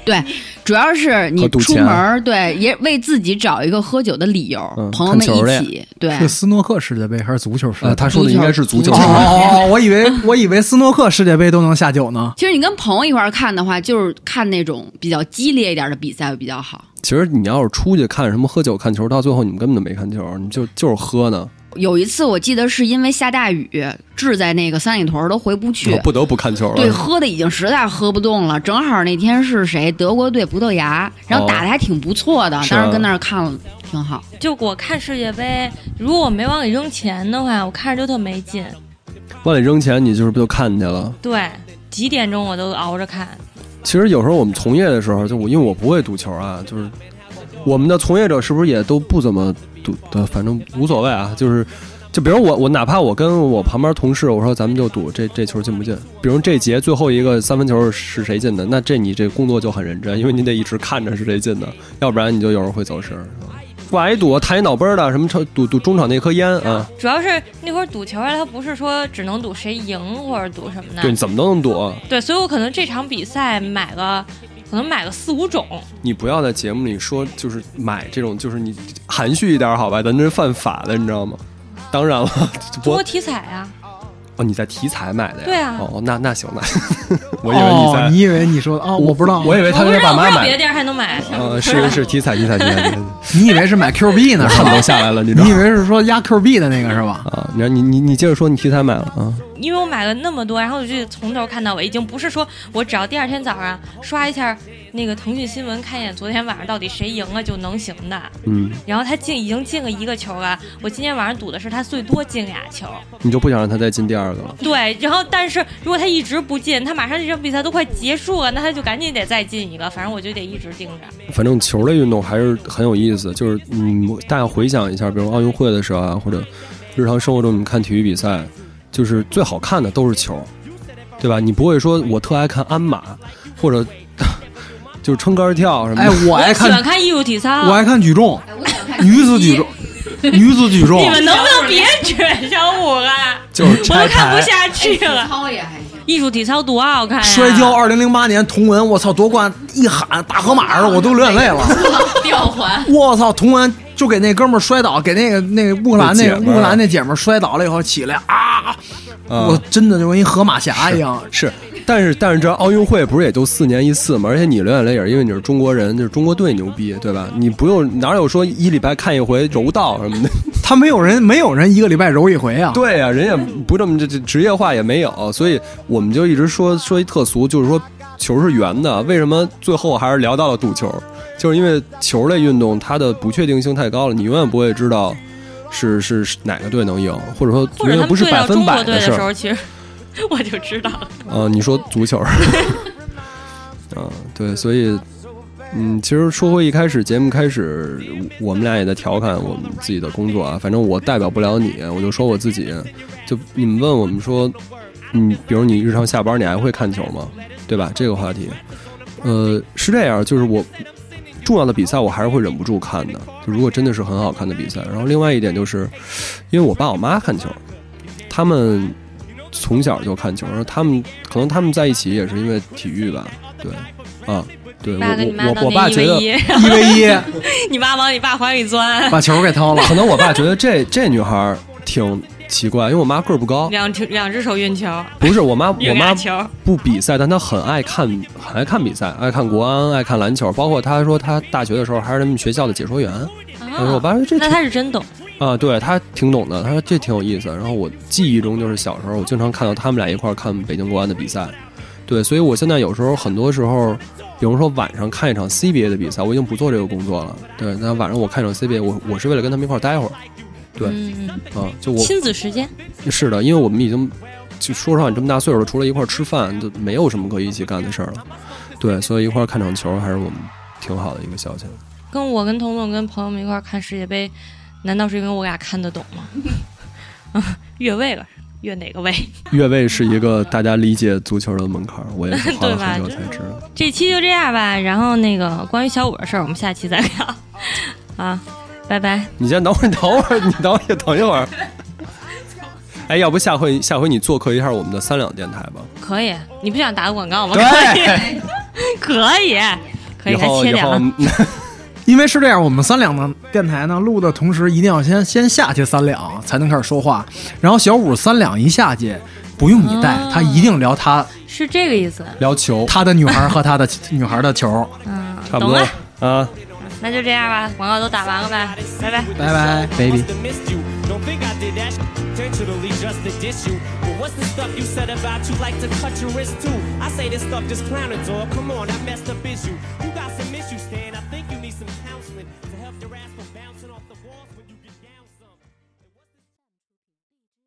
Speaker 6: 对，主要是
Speaker 4: 和
Speaker 6: 你
Speaker 4: 赌
Speaker 6: 出
Speaker 4: 钱
Speaker 6: 门儿，对，也为自己找一个喝酒的理由，
Speaker 4: 嗯
Speaker 6: 朋友们
Speaker 4: 看球儿
Speaker 6: 一
Speaker 4: 的
Speaker 6: 起，对，
Speaker 5: 是斯诺克世界杯还是足球世界
Speaker 4: 呃，
Speaker 5: 杯？
Speaker 4: 他说的应该是足球
Speaker 5: 哦
Speaker 4: 世界杯。
Speaker 5: 哦哦，我以为我以为斯诺克世界杯都能下酒呢。
Speaker 6: 其实你跟朋友一块儿看的话，就是看那种比较激烈一点的比赛会比较好。
Speaker 4: 其实你要是出去看什么喝酒看球，到最后你们根本就没看球，你就就是喝呢，
Speaker 6: 有一次我记得是因为下大雨，滞在那个三里屯儿都回不去，
Speaker 4: 哦不得不看球了。
Speaker 6: 对，喝的已经实在喝不动了。正好那天是谁德国队葡萄牙，然后
Speaker 4: 哦
Speaker 6: 打的还挺不错的，
Speaker 4: 是啊
Speaker 6: 当时跟那儿看了挺好。
Speaker 2: 就我看世界杯，如果我没往里扔钱的话，我看着就特没劲。
Speaker 4: 往里扔钱，你就是不就看去了？
Speaker 2: 对，几点钟我都熬着看。
Speaker 4: 其实有时候我们从业的时候，就我因为我不会赌球啊，就是我们的从业者是不是也都不怎么赌的，反正无所谓啊。就是就比如我我哪怕我跟我旁边同事我说咱们就赌这这球进不进，比如这节最后一个三分球是谁进的，那这你这工作就很认真，因为你得一直看着是谁进的，要不然你就有时候会走神儿。挂一赌，弹一脑崩儿的，什么超赌赌中场那颗烟啊，
Speaker 2: 主要是那会儿赌球啊，它不是说只能赌谁赢或者赌什么的，
Speaker 4: 对，你怎么都能赌。啊
Speaker 2: 对，所以我可能这场比赛买了可能买个四五种。
Speaker 4: 你不要在节目里说，就是买这种，就是你含蓄一点好吧，咱这是犯法的，你知道吗？当然了，
Speaker 2: 中
Speaker 4: 我
Speaker 2: 国体彩啊，
Speaker 4: 哦，你在题材买的呀？
Speaker 2: 对啊
Speaker 4: 哦，那那行，那 我以为你
Speaker 5: 哦，
Speaker 4: 在，
Speaker 5: 你以为你说哦，我不知道，
Speaker 4: 我以为
Speaker 2: 我
Speaker 4: 他
Speaker 2: 不
Speaker 4: 是
Speaker 2: 知道，
Speaker 4: 爸
Speaker 2: 我不
Speaker 4: 妈
Speaker 2: 知道别的
Speaker 4: 买。
Speaker 2: 地儿还能买。
Speaker 4: 呃，是是题材题材题材，题材
Speaker 5: 你以为是买 Q 币呢是
Speaker 4: 汗
Speaker 5: 吧
Speaker 4: 都？下来了，你知道
Speaker 5: 你以
Speaker 4: 吗？
Speaker 5: 为是说压 Q 币的那个是吧？
Speaker 4: 啊，你你你你接着说，你题材买了啊？
Speaker 2: 因为我买了那么多，然后我就从头看到尾，已经不是说我只要第二天早上刷一下那个腾讯新闻，看一眼昨天晚上到底谁赢了就能行的。
Speaker 4: 嗯，
Speaker 2: 然后他进已经进了一个球了，我今天晚上赌的是他最多进俩球。
Speaker 4: 你就不想让他再进第二个了？
Speaker 2: 对，然后但是如果他一直不进，他马上这场比赛都快结束了，那他就赶紧得再进一个，反正我就得一直盯着。
Speaker 4: 反正球类运动还是很有意思，就是嗯，大家回想一下，比如奥运会的时候啊，或者日常生活中你们看体育比赛，就是最好看的都是球，对吧？你不会说我特爱看鞍马，或者 就是撑杆跳什么
Speaker 5: 哎
Speaker 4: 的。，
Speaker 5: 我爱
Speaker 2: 喜欢
Speaker 5: 看
Speaker 2: 看艺术体操，
Speaker 5: 哎我爱看举重，女子举重，女子举重
Speaker 2: 你，们能不能别卷小五了？
Speaker 4: 哦就是
Speaker 2: 我
Speaker 4: 拆
Speaker 2: 都看不
Speaker 4: 台。
Speaker 2: 下去了。
Speaker 6: 操也还行。
Speaker 2: 艺术体操多好看啊呀！
Speaker 5: 摔跤，二零零八年同文，我操夺冠一喊大河马似的，我都流眼 泪了。
Speaker 6: 吊环，
Speaker 5: 我操，同文就给那哥们儿摔倒，给那个那个乌克兰
Speaker 4: 那
Speaker 5: 那
Speaker 4: 姐
Speaker 5: 个
Speaker 4: 们儿
Speaker 5: 乌克兰那姐们儿摔倒了以后起来啊，
Speaker 4: 啊
Speaker 5: 我真的就跟一河马侠一样。
Speaker 4: 是，但是但是这奥运会不是也就四年一次吗？而且你流眼泪也是因为你是中国人，就是中国队牛逼，对吧？你不用哪有说一礼拜看一回柔道什么的，
Speaker 5: 他没有人没有人一个礼拜揉一回啊。
Speaker 4: 对呀、人也不这么这这职业化也没有，所以我们就一直说说一特俗，就是说球是圆的，为什么最后还是聊到了赌球？就是因为球类运动它的不确定性太高了，你永远不会知道是是是哪个队能赢，或者说
Speaker 2: 或
Speaker 4: 永
Speaker 2: 者
Speaker 4: 远
Speaker 2: 他
Speaker 4: 不
Speaker 2: 们
Speaker 4: 是
Speaker 2: 对
Speaker 4: 百
Speaker 2: 到
Speaker 4: 分
Speaker 2: 中
Speaker 4: 百
Speaker 2: 国队
Speaker 4: 事
Speaker 2: 的时
Speaker 4: 儿。
Speaker 2: 候，其实我就知道了。
Speaker 4: 呃，你说 足球，嗯、对，所以。嗯，其实说回一开始节目开始，我我们俩也在调侃我们自己的工作啊。反正我代表不了你，我就说我自己。就你们问我们说，嗯，比如你日常下班你还会看球吗？对吧？这个话题，呃，是这样，就是我重要的比赛我还是会忍不住看的。就如果真的是很好看的比赛，然后另外一点就是，因为我爸我妈看球，他们从小就看球，然后他们可能他们在一起也是因为体育吧，对，啊，对我
Speaker 2: 爸跟你妈
Speaker 4: 我我
Speaker 2: 当
Speaker 4: 我爸
Speaker 2: 年一
Speaker 4: 觉
Speaker 2: 为
Speaker 4: 得。哦
Speaker 2: 一，
Speaker 5: 一 v 一
Speaker 2: 你妈往你爸怀里钻，
Speaker 5: 把球给掏了，
Speaker 4: 可能我爸觉得这这女孩儿挺奇怪，因为我妈个儿 不高。
Speaker 2: 两只两只手运球，
Speaker 4: 不是我妈，我
Speaker 2: 运
Speaker 4: 妈
Speaker 2: 俩球。
Speaker 4: 不比赛，但她很爱看，很爱看比赛，爱看国安，爱看篮球。包括她说，她大学的时候还是他们学校的解说员。我说我爸说这
Speaker 2: 哦那
Speaker 4: 挺
Speaker 2: 他是真懂，
Speaker 4: 啊，对她挺懂的，她说这挺有意思。然后我记忆中就是小时候，我经常看到他们俩一块儿看北京国安的比赛。对，所以我现在有时候很多时候，比如说晚上看一场 CBA 的比赛，我已经不做这个工作了。对，那晚上我看一场 CBA，我我是为了跟他们一块儿待会儿对
Speaker 2: 嗯，
Speaker 4: 啊，就我
Speaker 2: 亲子时间，
Speaker 4: 是的，因为我们已经就说实话，你这么大岁数了，除了一块儿吃饭，就没有什么可以一起干的事儿了。对，所以一块儿看场球还是我们挺好的一个消遣。
Speaker 2: 跟我跟彤彤跟朋友们一块儿看世界杯，难道是因为我俩看得懂吗？ 啊越位了，越哪个位？
Speaker 4: 越位是一个大家理解足球的门槛儿，我也是花了
Speaker 2: 对吧
Speaker 4: 很久
Speaker 2: 就
Speaker 4: 才 知道。
Speaker 2: 这期就这样吧，然后那个关于小五的事儿，我们下期再 聊啊，拜拜。
Speaker 4: 你先等会儿，等会儿，你等会儿，等一会儿。哎，要不下回下回你做客一下我们的三两电台吧？
Speaker 2: 可以，你不想打个广告吗？可以， 可以，可
Speaker 4: 以
Speaker 2: 以，还
Speaker 4: 后
Speaker 2: 切
Speaker 4: 以
Speaker 2: 点
Speaker 4: 后
Speaker 2: 啊。
Speaker 5: 因为是这样，我们三两呢电台呢录的同时，一定要先先下去三两才能开始说话。然后小五三两一下去，不用你带，他一定聊他
Speaker 2: 是这个意思。
Speaker 4: 聊球，
Speaker 5: 他的女孩和他的 女孩的球。
Speaker 2: 嗯，
Speaker 4: 差不
Speaker 2: 懂
Speaker 4: 多
Speaker 2: 了，
Speaker 4: 啊。
Speaker 2: 那就这样吧，广告都打完了吧，拜拜。
Speaker 5: 拜拜，baby。
Speaker 7: Must have missed you. Don't think I did that. Intentionally just to diss you. But what's the stuff you said about you like to cut your wrist too? I say this stuff just clowning, dog. Come on, I messed up is you. You got some issues, Stan. I think you need some counseling to help your ass from bouncing off the walls when you get down some. And what's the-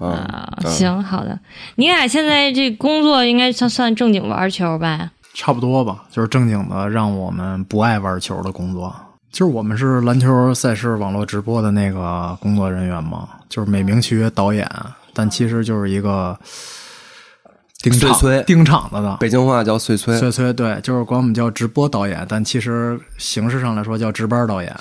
Speaker 4: 啊
Speaker 2: 啊，行，好的。你俩现在这工作应该算算正经玩球吧？
Speaker 5: 差不多吧，就是正经的让我们不爱玩球的工作。就是我们是篮球赛事网络直播的那个工作人员嘛，就是美名其曰导演，但其实就是一个盯场
Speaker 4: 碎催
Speaker 5: 盯场子的。
Speaker 4: 北京话叫碎催，
Speaker 5: 所以，所以对，就是管我们叫直播导演，但其实形式上来说叫值班导演。